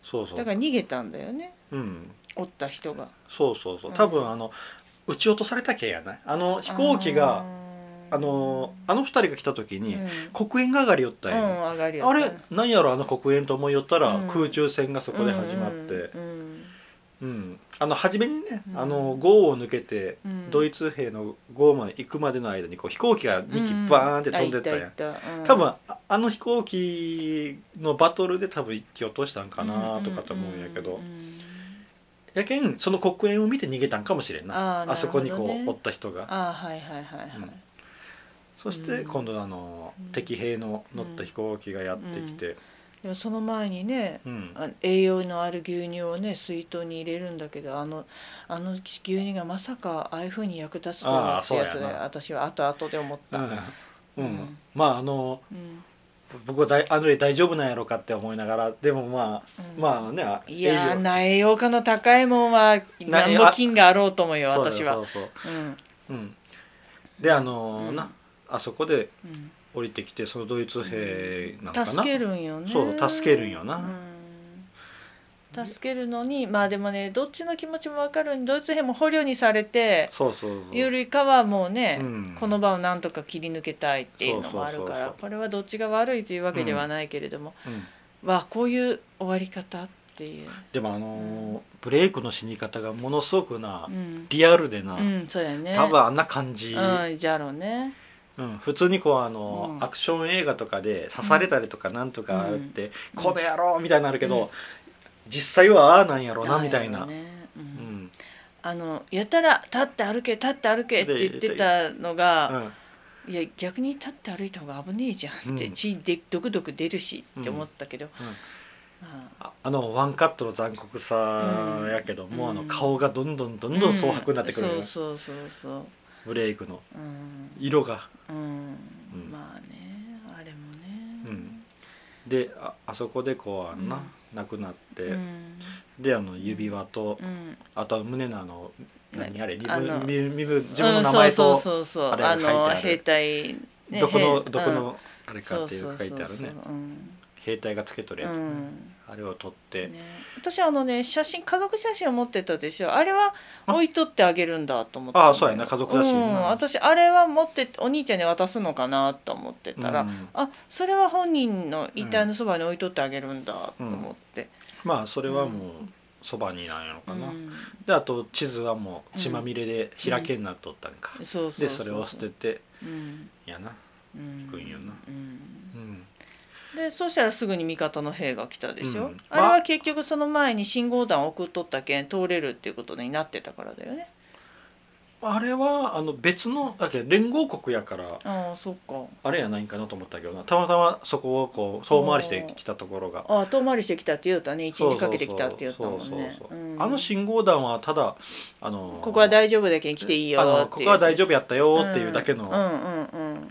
[SPEAKER 1] そうそう
[SPEAKER 2] だから逃げたんだよね
[SPEAKER 1] うん
[SPEAKER 2] おった人が
[SPEAKER 1] そうそうそう
[SPEAKER 2] うん
[SPEAKER 1] 多分あの撃ち落とされた系やないあの飛行機があのあの二人が来た時
[SPEAKER 2] うん、
[SPEAKER 1] に
[SPEAKER 2] うん
[SPEAKER 1] 黒煙が上がりよったんや、
[SPEAKER 2] 上がりや
[SPEAKER 1] あ
[SPEAKER 2] う
[SPEAKER 1] れ
[SPEAKER 2] ん
[SPEAKER 1] なんやろあの黒煙と思いよったら、
[SPEAKER 2] うん
[SPEAKER 1] 空中戦がそこで始まって、
[SPEAKER 2] うんうん
[SPEAKER 1] うん、あの初めにね、
[SPEAKER 2] うん
[SPEAKER 1] あの豪を抜けて、
[SPEAKER 2] うん
[SPEAKER 1] ドイツ兵の豪まで行くまでの間にこう飛行機が2機バーンって飛んでったやん、
[SPEAKER 2] あいたいたうん
[SPEAKER 1] 多分ああの飛行機のバトルで多分1機落としたんかなとかと思うんやけど、
[SPEAKER 2] ううん
[SPEAKER 1] やけんその黒煙を見て逃げたんかもしれんなあ
[SPEAKER 2] あーなる
[SPEAKER 1] そ
[SPEAKER 2] ほ
[SPEAKER 1] こ
[SPEAKER 2] どね
[SPEAKER 1] にこうおった人が
[SPEAKER 2] あーはいはいはいはい、
[SPEAKER 1] うんそして
[SPEAKER 2] うん
[SPEAKER 1] 今度あの、
[SPEAKER 2] うん
[SPEAKER 1] 敵兵の乗った飛行機がやってきて、
[SPEAKER 2] でもその前にね
[SPEAKER 1] うん
[SPEAKER 2] あ栄養のある牛乳をね水筒に入れるんだけどあのあの牛乳がまさかああいうふうに役立つとはってやつ
[SPEAKER 1] あーそう
[SPEAKER 2] で
[SPEAKER 1] やな
[SPEAKER 2] 私は後々で思っ
[SPEAKER 1] う
[SPEAKER 2] た、
[SPEAKER 1] んうん
[SPEAKER 2] うん
[SPEAKER 1] まああの
[SPEAKER 2] うん
[SPEAKER 1] 僕は大あの例大丈夫なんやろかって思いながらでもまあ、
[SPEAKER 2] うん
[SPEAKER 1] まあね
[SPEAKER 2] いや
[SPEAKER 1] 栄
[SPEAKER 2] ー
[SPEAKER 1] 養
[SPEAKER 2] な栄養価の高いもんは
[SPEAKER 1] な
[SPEAKER 2] 何も金があろうと思うよ
[SPEAKER 1] そうだよ
[SPEAKER 2] 私は
[SPEAKER 1] そうそう
[SPEAKER 2] うん
[SPEAKER 1] うん、であのー
[SPEAKER 2] うん
[SPEAKER 1] なあそこで
[SPEAKER 2] うん
[SPEAKER 1] 降りてきてそのドイツ兵なのかな
[SPEAKER 2] 助けるんよね
[SPEAKER 1] そう助けるんよな
[SPEAKER 2] うん助けるのにまあでもねどっちの気持ちも分かるドイツ兵も捕虜にされて
[SPEAKER 1] そうそうそう
[SPEAKER 2] ゆるいかはもうね、
[SPEAKER 1] うん
[SPEAKER 2] この場をなんとか切り抜けたいっていうのもある
[SPEAKER 1] そうそうそう
[SPEAKER 2] か
[SPEAKER 1] そ
[SPEAKER 2] ら
[SPEAKER 1] う
[SPEAKER 2] これはどっちが悪いというわけではないけれども、
[SPEAKER 1] うん
[SPEAKER 2] わあこういう終わり方っていう、
[SPEAKER 1] でもあのーブレイクの死に方がものすごくな、
[SPEAKER 2] うん
[SPEAKER 1] リアルでな、
[SPEAKER 2] うん、そうやね
[SPEAKER 1] 多分あんな感じ、うん
[SPEAKER 2] うんじゃろうね
[SPEAKER 1] 普通にこうあのー、
[SPEAKER 2] うん
[SPEAKER 1] アクション映画とかで刺されたりとかなんとかあるって、この野郎みたいになるけど、
[SPEAKER 2] うん
[SPEAKER 1] 実際はああなんやろうなみたい
[SPEAKER 2] あ
[SPEAKER 1] な、
[SPEAKER 2] あやろうねう
[SPEAKER 1] うんん
[SPEAKER 2] あのやたら立って歩け立って歩けって言ってたのが、
[SPEAKER 1] うん
[SPEAKER 2] いや逆に立って歩いた方が危ねえじゃんって、
[SPEAKER 1] うん
[SPEAKER 2] 血でドクドク出るしって思ったけ
[SPEAKER 1] う
[SPEAKER 2] ど、
[SPEAKER 1] ん
[SPEAKER 2] まあ
[SPEAKER 1] ああのワンカットの残酷さやけども、
[SPEAKER 2] うん
[SPEAKER 1] あの顔がどんどんどんどん蒼白になってくるよね、
[SPEAKER 2] うんそうそうそうそう
[SPEAKER 1] ブレイクの
[SPEAKER 2] うん、
[SPEAKER 1] 色が
[SPEAKER 2] うん
[SPEAKER 1] うん
[SPEAKER 2] まあねあれも
[SPEAKER 1] う
[SPEAKER 2] ね
[SPEAKER 1] んでああそこでこうあんな、
[SPEAKER 2] うん
[SPEAKER 1] なくなって、
[SPEAKER 2] うん
[SPEAKER 1] であの指輪と、
[SPEAKER 2] うん
[SPEAKER 1] あとは胸のあの何あれ身
[SPEAKER 2] あの
[SPEAKER 1] 分身分身分自分の名前
[SPEAKER 2] うん
[SPEAKER 1] と
[SPEAKER 2] そうそうそう
[SPEAKER 1] あれ
[SPEAKER 2] あ
[SPEAKER 1] が書いてある
[SPEAKER 2] の兵隊ね
[SPEAKER 1] どこ
[SPEAKER 2] 兵
[SPEAKER 1] のどこ
[SPEAKER 2] うん
[SPEAKER 1] のあれかっていうのが書いてある
[SPEAKER 2] そうそう
[SPEAKER 1] ね
[SPEAKER 2] そうそううん
[SPEAKER 1] 兵隊がつけとるやつ、ね
[SPEAKER 2] うん
[SPEAKER 1] あれを取って、
[SPEAKER 2] ね、私あのね写真家族写真を持ってたでしょあれは置いとってあげるんだと思って
[SPEAKER 1] ああそうやな家族写真
[SPEAKER 2] う
[SPEAKER 1] な、
[SPEAKER 2] ん、私あれは持ってお兄ちゃんに渡すのかなと思ってたら、
[SPEAKER 1] うん
[SPEAKER 2] あそれは本人の遺体のそばに置いとってあげるんだと思って、
[SPEAKER 1] まあそれはもうそばになんやろ
[SPEAKER 2] う
[SPEAKER 1] か
[SPEAKER 2] ん
[SPEAKER 1] な、であと地図はもう血まみれで開けになっとったんか、
[SPEAKER 2] そうそう
[SPEAKER 1] でそれを捨てて
[SPEAKER 2] うん
[SPEAKER 1] やな
[SPEAKER 2] うん
[SPEAKER 1] 行くんよな
[SPEAKER 2] うん
[SPEAKER 1] うん
[SPEAKER 2] でそうしたらすぐに味方の兵が来たでし
[SPEAKER 1] う
[SPEAKER 2] ょ、
[SPEAKER 1] ん
[SPEAKER 2] あれは結局その前に信号弾を送っとったけん通れるっていうことになってたからだよね
[SPEAKER 1] あれはあの別のだけど連合国やから
[SPEAKER 2] ああそっか
[SPEAKER 1] あれやないんかなと思ったけどなたまたまそこをこう遠回りしてきたところが
[SPEAKER 2] ああ遠回りしてきたって言うたね一
[SPEAKER 1] そう
[SPEAKER 2] 日
[SPEAKER 1] そ
[SPEAKER 2] か
[SPEAKER 1] う
[SPEAKER 2] けてきたって言ったもんね
[SPEAKER 1] そうそうそう
[SPEAKER 2] うん
[SPEAKER 1] あの信号弾はただあの
[SPEAKER 2] ここは大丈夫だけん来ていいよ
[SPEAKER 1] あの
[SPEAKER 2] って
[SPEAKER 1] こ
[SPEAKER 2] いう
[SPEAKER 1] こは大丈夫やったよっていうだけの
[SPEAKER 2] うんうんうんうん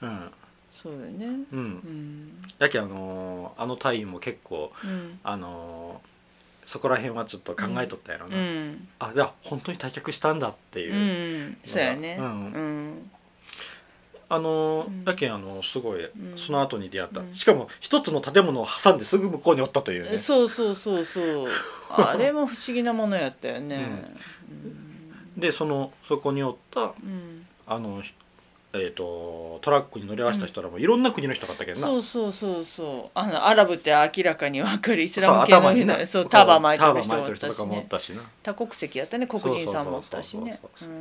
[SPEAKER 1] うん
[SPEAKER 2] そうだよね
[SPEAKER 1] うん、
[SPEAKER 2] うん
[SPEAKER 1] やけんあのあの隊員も結構
[SPEAKER 2] うん
[SPEAKER 1] あのそこら辺はちょっと考えとったやろ
[SPEAKER 2] う
[SPEAKER 1] な、
[SPEAKER 2] ん
[SPEAKER 1] あじゃあ本当に退却したんだっていうう、
[SPEAKER 2] んそうやね
[SPEAKER 1] うん
[SPEAKER 2] うん
[SPEAKER 1] あの
[SPEAKER 2] うん
[SPEAKER 1] だけんあのすごい
[SPEAKER 2] うん
[SPEAKER 1] その後に出会った、
[SPEAKER 2] うん
[SPEAKER 1] しかも一つの建物を挟んですぐ向こうにおったというね
[SPEAKER 2] そうそうそうそうあれも不思議なものやったよね
[SPEAKER 1] でそのそこにおった
[SPEAKER 2] うんうん
[SPEAKER 1] あの、ひえー、とトラックに乗り合わせた人らもいろんな国の人だったけどな、
[SPEAKER 2] そうそうそうそうあのアラブって明らかに分かるイス
[SPEAKER 1] そう
[SPEAKER 2] ラム系の
[SPEAKER 1] 頭に
[SPEAKER 2] 人
[SPEAKER 1] な
[SPEAKER 2] だそうターバン巻いて
[SPEAKER 1] ター
[SPEAKER 2] る
[SPEAKER 1] バン
[SPEAKER 2] 人
[SPEAKER 1] 巻
[SPEAKER 2] も
[SPEAKER 1] いて
[SPEAKER 2] お
[SPEAKER 1] る
[SPEAKER 2] っ
[SPEAKER 1] 人
[SPEAKER 2] た
[SPEAKER 1] とか
[SPEAKER 2] し
[SPEAKER 1] もおっ
[SPEAKER 2] ね
[SPEAKER 1] たしな、
[SPEAKER 2] 多国籍やったね黒人さんもおったしね
[SPEAKER 1] そうそうそ
[SPEAKER 2] うん
[SPEAKER 1] うん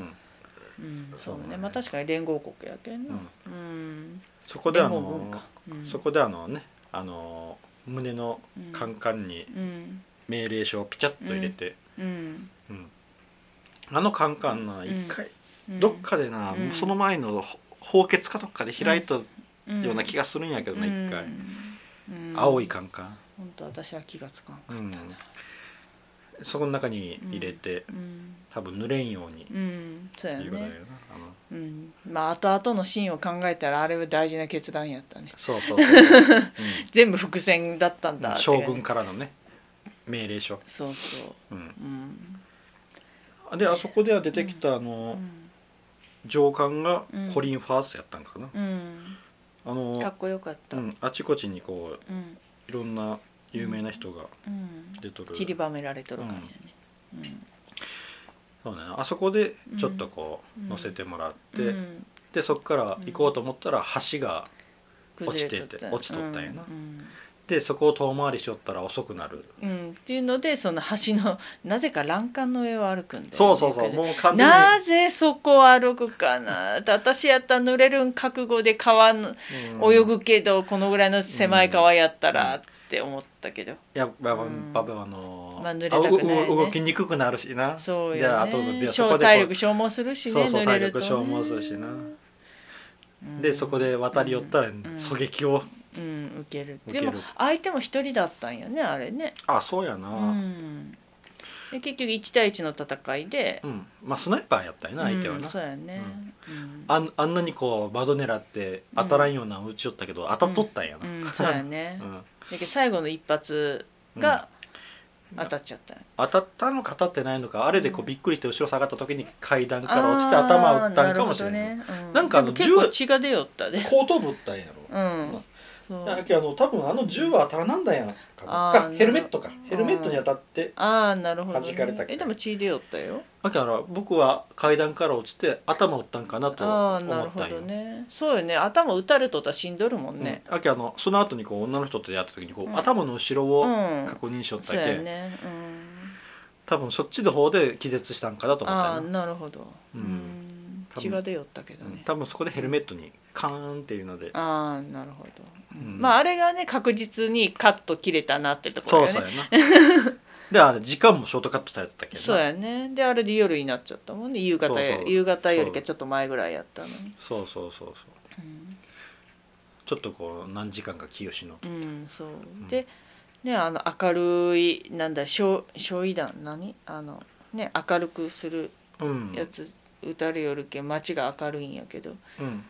[SPEAKER 2] うん
[SPEAKER 1] そ
[SPEAKER 2] そうう
[SPEAKER 1] ね
[SPEAKER 2] ねまあ確かに連合国やけん
[SPEAKER 1] う
[SPEAKER 2] ね
[SPEAKER 1] ん、
[SPEAKER 2] うん
[SPEAKER 1] そこであ
[SPEAKER 2] 連合
[SPEAKER 1] の
[SPEAKER 2] 軍かうん
[SPEAKER 1] そこであのねあの胸の
[SPEAKER 2] うん
[SPEAKER 1] カンカンに
[SPEAKER 2] うん
[SPEAKER 1] 命令書をピチャッと入れて、
[SPEAKER 2] うん
[SPEAKER 1] うんあのカンカンな
[SPEAKER 2] うん
[SPEAKER 1] 一回、
[SPEAKER 2] うん
[SPEAKER 1] どっかでな、
[SPEAKER 2] うん
[SPEAKER 1] その前のほ放血かどっかで開いたような気
[SPEAKER 2] が
[SPEAKER 1] がするんやけどね、一回、青
[SPEAKER 2] 青
[SPEAKER 1] い
[SPEAKER 2] いか
[SPEAKER 1] カンカン
[SPEAKER 2] 本当私は気がつかんかったな
[SPEAKER 1] そこの中に入れて、
[SPEAKER 2] うん
[SPEAKER 1] 多分濡れんようにって
[SPEAKER 2] うんそうや
[SPEAKER 1] いうことだよな
[SPEAKER 2] ね、
[SPEAKER 1] あの
[SPEAKER 2] うんまあ後々のシーンを考えたらあれは大事な決断やったね
[SPEAKER 1] そうそうそう、
[SPEAKER 2] 全部伏線だったん
[SPEAKER 1] うん
[SPEAKER 2] だ、
[SPEAKER 1] 将軍からのね命令書、
[SPEAKER 2] そうそう
[SPEAKER 1] うん、
[SPEAKER 2] うん
[SPEAKER 1] であそこでは出てきたあ
[SPEAKER 2] う
[SPEAKER 1] の、
[SPEAKER 2] ん
[SPEAKER 1] 上官が
[SPEAKER 2] うん
[SPEAKER 1] コリン・ファースやったんかな、
[SPEAKER 2] うん
[SPEAKER 1] あ
[SPEAKER 2] か
[SPEAKER 1] の
[SPEAKER 2] っこよかっ
[SPEAKER 1] う
[SPEAKER 2] たうん
[SPEAKER 1] ん、あちこちにこう
[SPEAKER 2] うん
[SPEAKER 1] いろんな有名な人が
[SPEAKER 2] うん
[SPEAKER 1] 出とる、
[SPEAKER 2] 散りばめられとる感じだね
[SPEAKER 1] そうねあそこでちょっとこう、
[SPEAKER 2] うん
[SPEAKER 1] 乗せてもらっ
[SPEAKER 2] うん
[SPEAKER 1] て、
[SPEAKER 2] うん
[SPEAKER 1] でそこから行こうと思ったら橋が落ち
[SPEAKER 2] 崩
[SPEAKER 1] て
[SPEAKER 2] れ
[SPEAKER 1] て
[SPEAKER 2] とった
[SPEAKER 1] 落ちとったんやな
[SPEAKER 2] うん
[SPEAKER 1] でそこを遠回りしよったら遅くなる、
[SPEAKER 2] うんうんっていうのでその橋の なぜか欄干の上を歩くんだよね
[SPEAKER 1] そうそうそ
[SPEAKER 2] こ
[SPEAKER 1] う
[SPEAKER 2] れ
[SPEAKER 1] もう完全に
[SPEAKER 2] なぜそこを歩くかなって私やったら濡れるん覚悟で川の
[SPEAKER 1] うん
[SPEAKER 2] 泳ぐけど、このぐらいの狭い川やったらって思ったけど、
[SPEAKER 1] やっぱ、
[SPEAKER 2] うん
[SPEAKER 1] バブはあの、
[SPEAKER 2] まあ濡れたくないね
[SPEAKER 1] あうう動きにくくなるしな
[SPEAKER 2] そう
[SPEAKER 1] じゃああ
[SPEAKER 2] よ
[SPEAKER 1] と
[SPEAKER 2] ね
[SPEAKER 1] でそこ
[SPEAKER 2] 消
[SPEAKER 1] でこう
[SPEAKER 2] 体力消耗するしね
[SPEAKER 1] そうそう
[SPEAKER 2] 濡れるとね
[SPEAKER 1] 体力消耗するしな
[SPEAKER 2] うん
[SPEAKER 1] でそこで渡り寄ったら
[SPEAKER 2] うん
[SPEAKER 1] 狙撃を、
[SPEAKER 2] うん、うん受ける
[SPEAKER 1] 受け
[SPEAKER 2] で
[SPEAKER 1] る
[SPEAKER 2] も相手も一人だったんよねあれね
[SPEAKER 1] あそうやな
[SPEAKER 2] う
[SPEAKER 1] うん、
[SPEAKER 2] んで結局1対1の戦いで、
[SPEAKER 1] まあスナイパーやったよな相手は
[SPEAKER 2] うん
[SPEAKER 1] な、
[SPEAKER 2] そうやね、うん
[SPEAKER 1] あんあんなにこう窓狙って当たらんような打ち寄ったけど、当たっとったんやな、
[SPEAKER 2] うんそうや ね、
[SPEAKER 1] うん
[SPEAKER 2] だけど最後の一発が当たっちゃった、
[SPEAKER 1] 当たったのか当たってないのかあれでこうびっくりして後ろ下がった時に階段から落ちて
[SPEAKER 2] あー
[SPEAKER 1] 頭打ったんかもしれない
[SPEAKER 2] るほどねう
[SPEAKER 1] なんかあの
[SPEAKER 2] でも結構
[SPEAKER 1] 銃
[SPEAKER 2] 血が出よったで
[SPEAKER 1] 後頭部打ったんやろ
[SPEAKER 2] うんそう
[SPEAKER 1] だけどあの多分あの銃は当たらなんだんやんか
[SPEAKER 2] あ
[SPEAKER 1] か
[SPEAKER 2] ー
[SPEAKER 1] ヘルメットかヘルメットに当たって
[SPEAKER 2] ああなるほど、ね、
[SPEAKER 1] 弾かれたけど
[SPEAKER 2] えでも血出よったよ
[SPEAKER 1] だから僕は階段から落ちて頭打ったんかなと
[SPEAKER 2] あ
[SPEAKER 1] 思
[SPEAKER 2] あなる
[SPEAKER 1] っ
[SPEAKER 2] ほ
[SPEAKER 1] たん
[SPEAKER 2] ど
[SPEAKER 1] よ
[SPEAKER 2] ねそうよね頭打たれとったら死んどるもんね
[SPEAKER 1] うんあけあのその後にこう女の人と出会った時にこう、
[SPEAKER 2] うん
[SPEAKER 1] 頭の後ろ
[SPEAKER 2] う
[SPEAKER 1] を
[SPEAKER 2] ん、
[SPEAKER 1] 確認しよった
[SPEAKER 2] そう
[SPEAKER 1] け、
[SPEAKER 2] やね、
[SPEAKER 1] 多分そっちの方で気絶したんかなと
[SPEAKER 2] うん、
[SPEAKER 1] 思ったん
[SPEAKER 2] ああ
[SPEAKER 1] よな
[SPEAKER 2] なるほど、
[SPEAKER 1] うん多分
[SPEAKER 2] 血が出よったけど
[SPEAKER 1] うん
[SPEAKER 2] ね、
[SPEAKER 1] 多分そこでヘルメットにカーンっていうので、
[SPEAKER 2] ああなるほど、
[SPEAKER 1] うん
[SPEAKER 2] まああれがね確実にカット切れたなってところ
[SPEAKER 1] そうそ
[SPEAKER 2] だよ
[SPEAKER 1] う
[SPEAKER 2] ね
[SPEAKER 1] やな であれ時間もショートカットされてたけどな
[SPEAKER 2] そうやねであれで夜になっちゃったもんね夕
[SPEAKER 1] そ
[SPEAKER 2] 方
[SPEAKER 1] うそう
[SPEAKER 2] 夕方よりかちょっと前ぐらいやったのに、
[SPEAKER 1] そうそうそうそう
[SPEAKER 2] うん
[SPEAKER 1] ちょっとこう何時間か清の
[SPEAKER 2] うんそう。
[SPEAKER 1] ん
[SPEAKER 2] で、ね、あの明るい、なんだ、焼焼夷弾、何、あの。ね、明るくする
[SPEAKER 1] うん
[SPEAKER 2] やつ、撃たれよるけん、街が明るいんやけど。
[SPEAKER 1] うん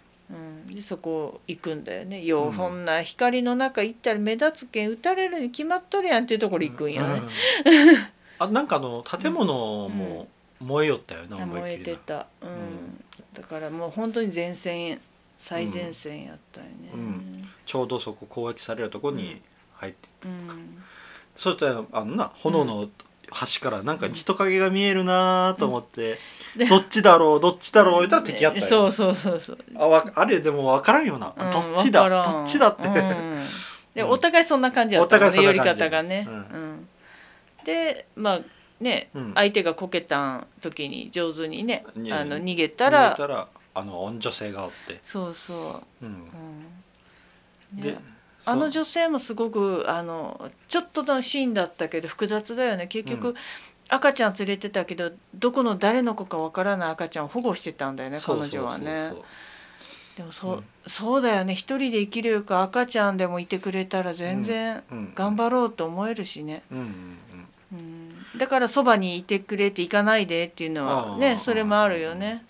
[SPEAKER 2] うん、で、そこ行くんだよね。よ
[SPEAKER 1] う
[SPEAKER 2] う、
[SPEAKER 1] ん
[SPEAKER 2] そんな光の中行ったら、目立つけん、撃たれるに決まっとるやんっていうところ行くんよね。
[SPEAKER 1] うんあなんかあの建物も燃えよったよな、
[SPEAKER 2] あ
[SPEAKER 1] 思
[SPEAKER 2] 燃
[SPEAKER 1] い
[SPEAKER 2] え
[SPEAKER 1] っきり
[SPEAKER 2] て
[SPEAKER 1] な
[SPEAKER 2] た。
[SPEAKER 1] う
[SPEAKER 2] う
[SPEAKER 1] ん
[SPEAKER 2] ん。だから、もう本当に前線。最前線やったよね。
[SPEAKER 1] うんちょうどそこ攻撃されるとこに入って、
[SPEAKER 2] うん。
[SPEAKER 1] そしたらあのな炎の端からなんか人影が見えるなと思って、
[SPEAKER 2] うんで
[SPEAKER 1] どっちだろうどっちだろう言ったら敵やったよ、
[SPEAKER 2] そうそうそうそう。
[SPEAKER 1] あわあれでも分からんよな、
[SPEAKER 2] うん
[SPEAKER 1] どっちだ
[SPEAKER 2] わからん
[SPEAKER 1] どっちだって、
[SPEAKER 2] うんで
[SPEAKER 1] うん
[SPEAKER 2] お互いそんな感じやった
[SPEAKER 1] お互いそん
[SPEAKER 2] 寄
[SPEAKER 1] な
[SPEAKER 2] り
[SPEAKER 1] 感じ
[SPEAKER 2] 方がね、
[SPEAKER 1] う
[SPEAKER 2] うんんでまあね
[SPEAKER 1] うん
[SPEAKER 2] 相手がこけたん時に上手にね
[SPEAKER 1] ね
[SPEAKER 2] あの逃げたら
[SPEAKER 1] 見えたらあの女性がおって、
[SPEAKER 2] そうそ
[SPEAKER 1] うん
[SPEAKER 2] う、うん、
[SPEAKER 1] で
[SPEAKER 2] ねあの
[SPEAKER 1] そう
[SPEAKER 2] 女性もすごくあのちょっとのシーンだったけど複雑だよね結局、
[SPEAKER 1] うん
[SPEAKER 2] 赤ちゃん連れてたけどどこの誰の子かわからない赤ちゃんを保護してたんだよね彼女はね。
[SPEAKER 1] そうそう
[SPEAKER 2] でもそう,、
[SPEAKER 1] うん
[SPEAKER 2] そうだよね一人で生きるよりか赤ちゃんでもいてくれたら全然
[SPEAKER 1] そううん
[SPEAKER 2] 頑張ろうと思えるしね、
[SPEAKER 1] うんうんうん
[SPEAKER 2] うん、だからそばにいてくれて行かないでっていうのは
[SPEAKER 1] あ
[SPEAKER 2] ね
[SPEAKER 1] ー
[SPEAKER 2] それもあるよね。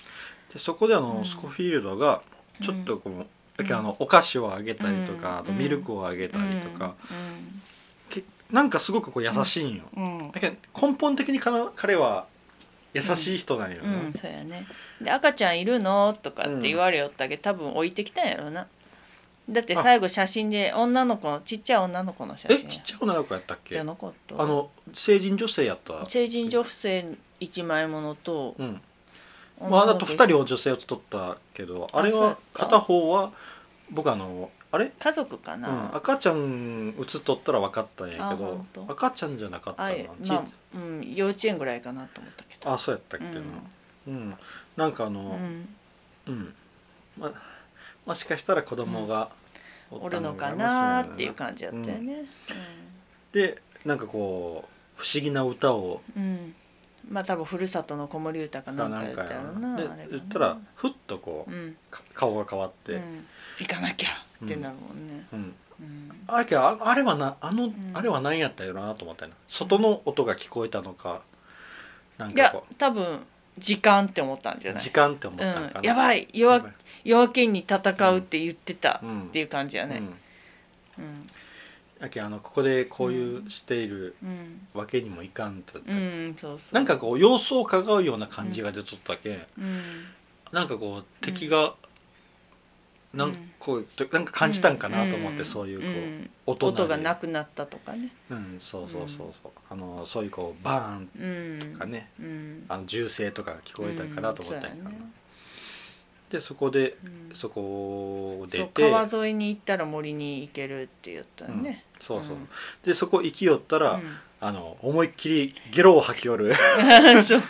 [SPEAKER 1] でそこであの、
[SPEAKER 2] うん
[SPEAKER 1] スコフィールドがちょっとこう、だけどあのお菓子をあげたりとか、
[SPEAKER 2] うん
[SPEAKER 1] あとミルクをあげ
[SPEAKER 2] う
[SPEAKER 1] たり
[SPEAKER 2] ん
[SPEAKER 1] とか、けなんかすごくこう優しいんよ、
[SPEAKER 2] うんうん
[SPEAKER 1] だけど根本的にかな彼は優しい人なんよ
[SPEAKER 2] う
[SPEAKER 1] な、
[SPEAKER 2] ん、そうやねで「赤ちゃんいるの?」とかって言われよったけど多分置いてきたんやろなだって最後写真で女の子のちっちゃい女の子の写
[SPEAKER 1] え
[SPEAKER 2] 真
[SPEAKER 1] ちっちゃい女の子やったっけ
[SPEAKER 2] じゃ
[SPEAKER 1] あ
[SPEAKER 2] なかった
[SPEAKER 1] の成人女性やった
[SPEAKER 2] 成人女性一枚ものと
[SPEAKER 1] うんまあ、だと2人を女性を取ったけどあれ
[SPEAKER 2] そうやっ
[SPEAKER 1] は
[SPEAKER 2] た
[SPEAKER 1] 片方は僕あのあれ、
[SPEAKER 2] 家族か
[SPEAKER 1] う
[SPEAKER 2] な、
[SPEAKER 1] ん、赤ちゃん映っとったら分かったんや
[SPEAKER 2] あ
[SPEAKER 1] けど
[SPEAKER 2] 本当
[SPEAKER 1] 赤ちゃんじゃなかった
[SPEAKER 2] あ
[SPEAKER 1] な
[SPEAKER 2] え
[SPEAKER 1] ち
[SPEAKER 2] まあ、うん、幼稚園ぐらいかなと思ったけど。
[SPEAKER 1] あそうやったっけな、うんなんかあの、
[SPEAKER 2] うんうん
[SPEAKER 1] うん、まもしかしたら子供がお
[SPEAKER 2] お
[SPEAKER 1] った
[SPEAKER 2] るのか
[SPEAKER 1] もしれな
[SPEAKER 2] なーっていう感じだったよね。
[SPEAKER 1] でなんかこう不思議な歌を
[SPEAKER 2] うん、うんまあ多分ふるさとの子守歌かなんかやったやろな。
[SPEAKER 1] で
[SPEAKER 2] あれかな
[SPEAKER 1] 言ったら、ふっとこ
[SPEAKER 2] う
[SPEAKER 1] う、
[SPEAKER 2] ん、
[SPEAKER 1] か顔が変わっ
[SPEAKER 2] う
[SPEAKER 1] て、
[SPEAKER 2] ん、行かなきゃってなるもんね。
[SPEAKER 1] うん
[SPEAKER 2] うん、
[SPEAKER 1] あけどああれはなあの、
[SPEAKER 2] ん
[SPEAKER 1] あれは何やったよなと思ったよな外の音が聞こえたのかなん
[SPEAKER 2] い
[SPEAKER 1] か
[SPEAKER 2] や
[SPEAKER 1] こう
[SPEAKER 2] 多分時間って思ったんじゃない。
[SPEAKER 1] 時間って思っ
[SPEAKER 2] う
[SPEAKER 1] たのかな、
[SPEAKER 2] ん、やばい
[SPEAKER 1] や
[SPEAKER 2] 夜
[SPEAKER 1] ばい
[SPEAKER 2] 夜明けに戦うって言ってた
[SPEAKER 1] うん
[SPEAKER 2] っていう感じや
[SPEAKER 1] う
[SPEAKER 2] ね。
[SPEAKER 1] ん
[SPEAKER 2] うん
[SPEAKER 1] あけどあのここでこういうしている
[SPEAKER 2] うん
[SPEAKER 1] わけにもいかんと、
[SPEAKER 2] うんそうそう。
[SPEAKER 1] なんかこう様子をかがうような感じが出とったけん、
[SPEAKER 2] うん
[SPEAKER 1] なんかこう敵がなんかこうなんか感じたんかなと思って、そういうこう、
[SPEAKER 2] ん
[SPEAKER 1] 音なり
[SPEAKER 2] 音がなくなったとかね
[SPEAKER 1] うん、そうそうそうそう、あのそういうこうバーン
[SPEAKER 2] うん
[SPEAKER 1] とかね、
[SPEAKER 2] うん
[SPEAKER 1] あの銃声とかが聞こえたんかなと思ったんや
[SPEAKER 2] うん
[SPEAKER 1] け
[SPEAKER 2] そう
[SPEAKER 1] ど
[SPEAKER 2] やね
[SPEAKER 1] でそこで
[SPEAKER 2] うん
[SPEAKER 1] そこを出
[SPEAKER 2] そう
[SPEAKER 1] て
[SPEAKER 2] 川沿いに行ったら森に行けるって言ったね、
[SPEAKER 1] そうそう、
[SPEAKER 2] うん
[SPEAKER 1] でそこ行きよった
[SPEAKER 2] う
[SPEAKER 1] ら、
[SPEAKER 2] ん
[SPEAKER 1] あの思いっきりゲロを吐きよる
[SPEAKER 2] そう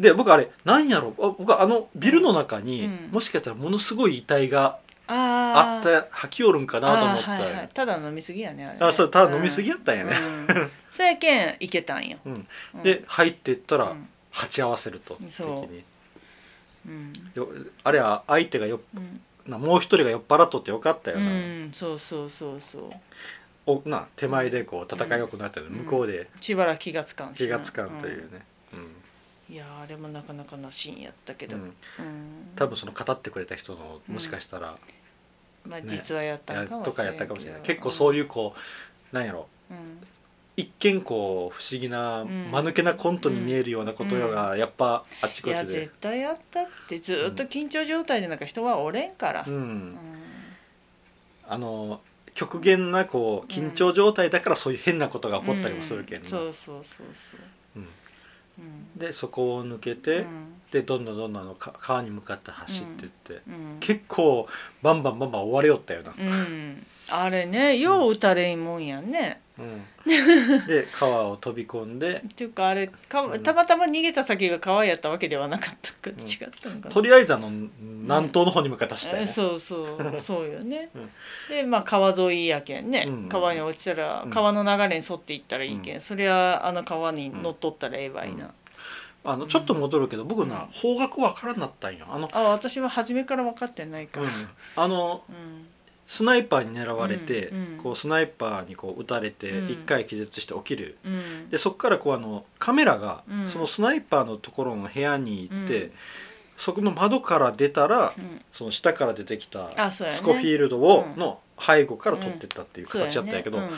[SPEAKER 1] で僕あれなんやろあ僕はあのビルの中に、
[SPEAKER 2] うん
[SPEAKER 1] もしかしたらものすごい遺体があ
[SPEAKER 2] あ
[SPEAKER 1] っ
[SPEAKER 2] ー
[SPEAKER 1] た吐きよるんかなと思った
[SPEAKER 2] あーはい
[SPEAKER 1] よ
[SPEAKER 2] はい、ただ飲みすぎやねあれね
[SPEAKER 1] あそうただ飲みすぎやったんやね、
[SPEAKER 2] うんうんそやけん行けたんよ、
[SPEAKER 1] うん
[SPEAKER 2] うん
[SPEAKER 1] で入っていったら、
[SPEAKER 2] うん
[SPEAKER 1] 鉢合わせると
[SPEAKER 2] そう
[SPEAKER 1] 敵に
[SPEAKER 2] うん
[SPEAKER 1] よあれは相手がよ
[SPEAKER 2] うん
[SPEAKER 1] なもう一人が酔っ払っとってよかったよ
[SPEAKER 2] う
[SPEAKER 1] な、
[SPEAKER 2] んそうそうそうそう
[SPEAKER 1] おな手前でこう戦いよくなったの、
[SPEAKER 2] うん
[SPEAKER 1] 向こうで
[SPEAKER 2] しばらく気がつかんし
[SPEAKER 1] 気
[SPEAKER 2] な
[SPEAKER 1] がつかんというね、うん
[SPEAKER 2] うんいやーあれもなかなかなシーンやったけど、
[SPEAKER 1] う
[SPEAKER 2] うん
[SPEAKER 1] ん多分その語ってくれた人のもしかしたら、
[SPEAKER 2] まあ
[SPEAKER 1] ね
[SPEAKER 2] 実はやった
[SPEAKER 1] や
[SPEAKER 2] んかも
[SPEAKER 1] と
[SPEAKER 2] しれ
[SPEAKER 1] か
[SPEAKER 2] な
[SPEAKER 1] や
[SPEAKER 2] い
[SPEAKER 1] ったかもしれない結構そう
[SPEAKER 2] い
[SPEAKER 1] いうこうなんやろ
[SPEAKER 2] うん、
[SPEAKER 1] 一見こう不思議な、
[SPEAKER 2] うん
[SPEAKER 1] 間抜けなコントに見えるようなことが、やっぱあち
[SPEAKER 2] うんい
[SPEAKER 1] こ
[SPEAKER 2] や
[SPEAKER 1] ちで
[SPEAKER 2] 絶対やったってずーっと緊張状態でなんか人はおれんから、
[SPEAKER 1] う、
[SPEAKER 2] うんん
[SPEAKER 1] あの極限なこう緊張状態だからそういう変なことが起こったりもするけ
[SPEAKER 2] うんん
[SPEAKER 1] な、
[SPEAKER 2] そうそうそうそう、
[SPEAKER 1] うん
[SPEAKER 2] うん、
[SPEAKER 1] でそこを抜けて、
[SPEAKER 2] うん
[SPEAKER 1] でどんどんどんどんあのか川に向かって走っていって、
[SPEAKER 2] うん
[SPEAKER 1] 結構バンバンバンバン追われよったよな、
[SPEAKER 2] うん、あれねよう打たれんもんやね、
[SPEAKER 1] うん、で川を飛び込んで
[SPEAKER 2] っていうかあれ
[SPEAKER 1] う
[SPEAKER 2] か
[SPEAKER 1] ん
[SPEAKER 2] たまたま逃げた先が川やったわけではなかったか、
[SPEAKER 1] ん
[SPEAKER 2] 違った のかな
[SPEAKER 1] とりあえずあの南東の方に向かって走ったよ
[SPEAKER 2] え
[SPEAKER 1] ね、
[SPEAKER 2] そ うそうそうよね、
[SPEAKER 1] うん
[SPEAKER 2] でまあ川沿いやけんね、
[SPEAKER 1] うん
[SPEAKER 2] 川に落ちたら、
[SPEAKER 1] うん
[SPEAKER 2] 川の流れに沿っていったらいいけん、
[SPEAKER 1] うん
[SPEAKER 2] そりゃあの川に乗っとったらええわいな、
[SPEAKER 1] うんあのちょっと戻るけど僕な
[SPEAKER 2] うん
[SPEAKER 1] 方角わからんなったんよあの、
[SPEAKER 2] あ私は初めから分かってないから、
[SPEAKER 1] あの
[SPEAKER 2] うん
[SPEAKER 1] スナイパーに狙われて、
[SPEAKER 2] うんうん
[SPEAKER 1] こうスナイパーにこう撃たれて
[SPEAKER 2] うん
[SPEAKER 1] 一回気絶して起きる、
[SPEAKER 2] うん
[SPEAKER 1] でそこからこうあのカメラが
[SPEAKER 2] うん
[SPEAKER 1] そのスナイパーのところの部屋に行って、
[SPEAKER 2] うん
[SPEAKER 1] そこの窓から出たら
[SPEAKER 2] うん
[SPEAKER 1] その下から出てきた
[SPEAKER 2] あそうやね
[SPEAKER 1] スコフィールドを、
[SPEAKER 2] うん
[SPEAKER 1] の背後から撮ってったっていう
[SPEAKER 2] そうや
[SPEAKER 1] 形だったんやけど、
[SPEAKER 2] ね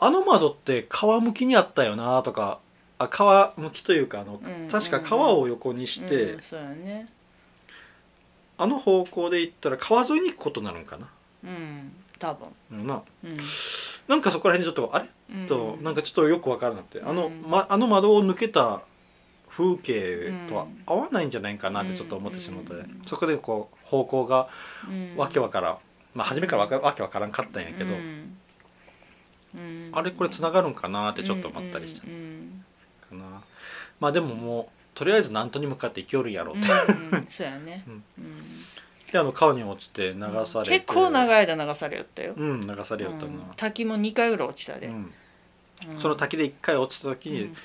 [SPEAKER 1] あの窓って川向きにあったよなとかあ川向きというかあの、
[SPEAKER 2] うん
[SPEAKER 1] 確か川を横に
[SPEAKER 2] う
[SPEAKER 1] し
[SPEAKER 2] んうん
[SPEAKER 1] て、
[SPEAKER 2] うんそうやね
[SPEAKER 1] あの方向で行ったら川沿いに行くことになるんかな。
[SPEAKER 2] うん多分
[SPEAKER 1] うんな
[SPEAKER 2] うん
[SPEAKER 1] なんかそこら辺でちょっとあれ
[SPEAKER 2] うん
[SPEAKER 1] となんかちょっとよくわからなくてあの,、
[SPEAKER 2] うん
[SPEAKER 1] ま、あの窓を抜けた風景とは合わないんじゃないかなって
[SPEAKER 2] うん
[SPEAKER 1] ちょっと思ってしまって、
[SPEAKER 2] うん
[SPEAKER 1] そこでこう方向が
[SPEAKER 2] うん
[SPEAKER 1] わけわからん、まあ初めからわかわけわからんかったんやけど、
[SPEAKER 2] うんうん
[SPEAKER 1] あれこれつながるんかなってちょっと思ったりした
[SPEAKER 2] うんうん
[SPEAKER 1] かな、まあでももうとりあえず南東に向かって行きよるんやろう
[SPEAKER 2] う
[SPEAKER 1] っ
[SPEAKER 2] ん
[SPEAKER 1] て、
[SPEAKER 2] うんうんそうや ね
[SPEAKER 1] うん
[SPEAKER 2] うん
[SPEAKER 1] であの川に落ちて流されて
[SPEAKER 2] 結構
[SPEAKER 1] い
[SPEAKER 2] 長い間流されよったよ、
[SPEAKER 1] うん流されよった
[SPEAKER 2] う
[SPEAKER 1] な、
[SPEAKER 2] ん滝も2回ぐらい落ちた
[SPEAKER 1] う
[SPEAKER 2] で、
[SPEAKER 1] ん
[SPEAKER 2] うん
[SPEAKER 1] その滝で一回落ちた時に、
[SPEAKER 2] うん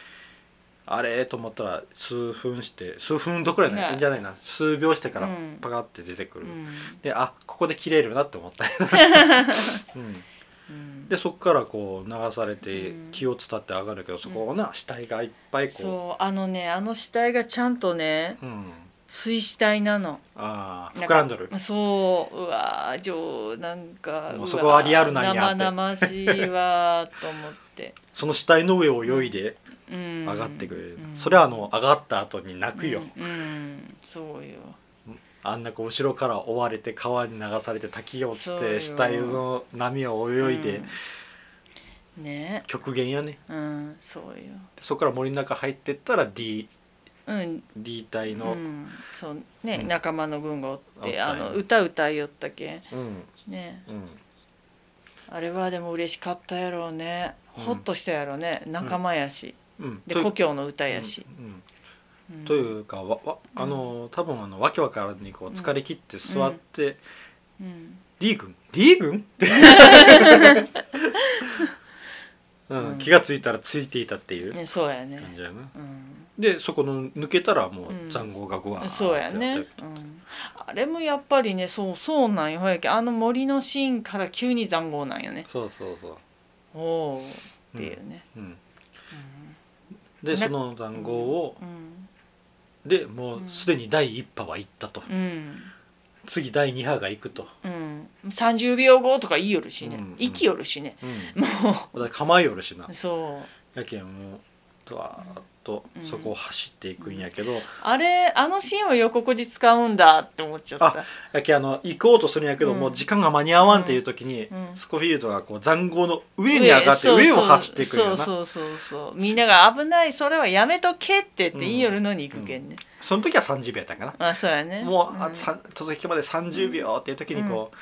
[SPEAKER 1] あれと思ったら数分して数分どころやない
[SPEAKER 2] ね
[SPEAKER 1] じゃないな数秒してから
[SPEAKER 2] うん
[SPEAKER 1] パカって出てく
[SPEAKER 2] う
[SPEAKER 1] る、
[SPEAKER 2] ん
[SPEAKER 1] であここで切れるなって思 った、うん、
[SPEAKER 2] うん
[SPEAKER 1] でそっからこう流されて
[SPEAKER 2] うん
[SPEAKER 1] 気を伝って上がるけどそこをな死体がいっぱいこ
[SPEAKER 2] そうあのねあの死体がちゃんとね
[SPEAKER 1] う、うん、
[SPEAKER 2] 水死体なの
[SPEAKER 1] ああ
[SPEAKER 2] な
[SPEAKER 1] 膨
[SPEAKER 2] から
[SPEAKER 1] んどる
[SPEAKER 2] そううわー上なんか
[SPEAKER 1] もう
[SPEAKER 2] う
[SPEAKER 1] そこはリアルなんやって
[SPEAKER 2] 生々しいわーと思って、
[SPEAKER 1] その死体の上を泳いで
[SPEAKER 2] うん、
[SPEAKER 1] 上がってくれる、
[SPEAKER 2] うん
[SPEAKER 1] それはあの上がった後に泣くよ、
[SPEAKER 2] うん、うんそうよ
[SPEAKER 1] あんなこう後ろから追われて川に流されて滝が落ち
[SPEAKER 2] そうよ
[SPEAKER 1] て死体の波を泳いで、
[SPEAKER 2] うんね
[SPEAKER 1] 極限やね
[SPEAKER 2] うんそうよ
[SPEAKER 1] でそこから森の中入ってったら D,
[SPEAKER 2] うん、
[SPEAKER 1] D 隊
[SPEAKER 2] う
[SPEAKER 1] の、
[SPEAKER 2] ん、そうね、
[SPEAKER 1] うん
[SPEAKER 2] 仲間の軍がお
[SPEAKER 1] お
[SPEAKER 2] っ
[SPEAKER 1] ったん
[SPEAKER 2] て
[SPEAKER 1] や
[SPEAKER 2] あの歌歌いよったけん
[SPEAKER 1] うんうん
[SPEAKER 2] ねあれはでも嬉しかったやろうね
[SPEAKER 1] うん
[SPEAKER 2] ほっとしたやろうね、仲間やし
[SPEAKER 1] うん
[SPEAKER 2] で
[SPEAKER 1] という
[SPEAKER 2] 故郷の歌やし、
[SPEAKER 1] うんうん
[SPEAKER 2] うん
[SPEAKER 1] というかわわあの多分あのわけわからずにこう疲れ切って座って、
[SPEAKER 2] うん
[SPEAKER 1] D 君 D 君 ってうん
[SPEAKER 2] うん
[SPEAKER 1] 気がついたらついていたっていう
[SPEAKER 2] ね、そうや
[SPEAKER 1] 感
[SPEAKER 2] ね、
[SPEAKER 1] じだよな、
[SPEAKER 2] うん、
[SPEAKER 1] でそこの抜けたらもう
[SPEAKER 2] うん
[SPEAKER 1] 塹壕がごわーって
[SPEAKER 2] そうやね、うん、あれもやっぱりねそうそうなんよほやけんあの森のシーンから急に塹壕なんよね
[SPEAKER 1] そうそうそう
[SPEAKER 2] おおーっていうね、
[SPEAKER 1] うん、
[SPEAKER 2] うん
[SPEAKER 1] で
[SPEAKER 2] ね
[SPEAKER 1] その塹壕を、
[SPEAKER 2] うん
[SPEAKER 1] でもうすでに第1波は行ったと、
[SPEAKER 2] うん、
[SPEAKER 1] 次第2波が行くと、
[SPEAKER 2] うん、30秒後とか言いよるしね、
[SPEAKER 1] うんうん
[SPEAKER 2] 生きよるしね
[SPEAKER 1] うん、
[SPEAKER 2] も
[SPEAKER 1] だから構えよるしな
[SPEAKER 2] うそう
[SPEAKER 1] やけんもうとわーっとそこを走っていくんやけど、
[SPEAKER 2] あれあのシーンは横こじ使うんだって思っちゃった
[SPEAKER 1] やけあの行こうとするんやけど、
[SPEAKER 2] うん
[SPEAKER 1] もう時間が間に合わんっていう時に、
[SPEAKER 2] うん
[SPEAKER 1] スコフィールドがこう塹壕の上に上がって
[SPEAKER 2] そうそう
[SPEAKER 1] 上を走っていくんやなそ
[SPEAKER 2] そうそうそうそうみんなが危ないそれはやめとけってって言いよるのに行くけんね、
[SPEAKER 1] の時は30秒やったんかな、
[SPEAKER 2] あそうやね
[SPEAKER 1] もう、あ
[SPEAKER 2] ん
[SPEAKER 1] さ続きまで30秒っていう時にこう、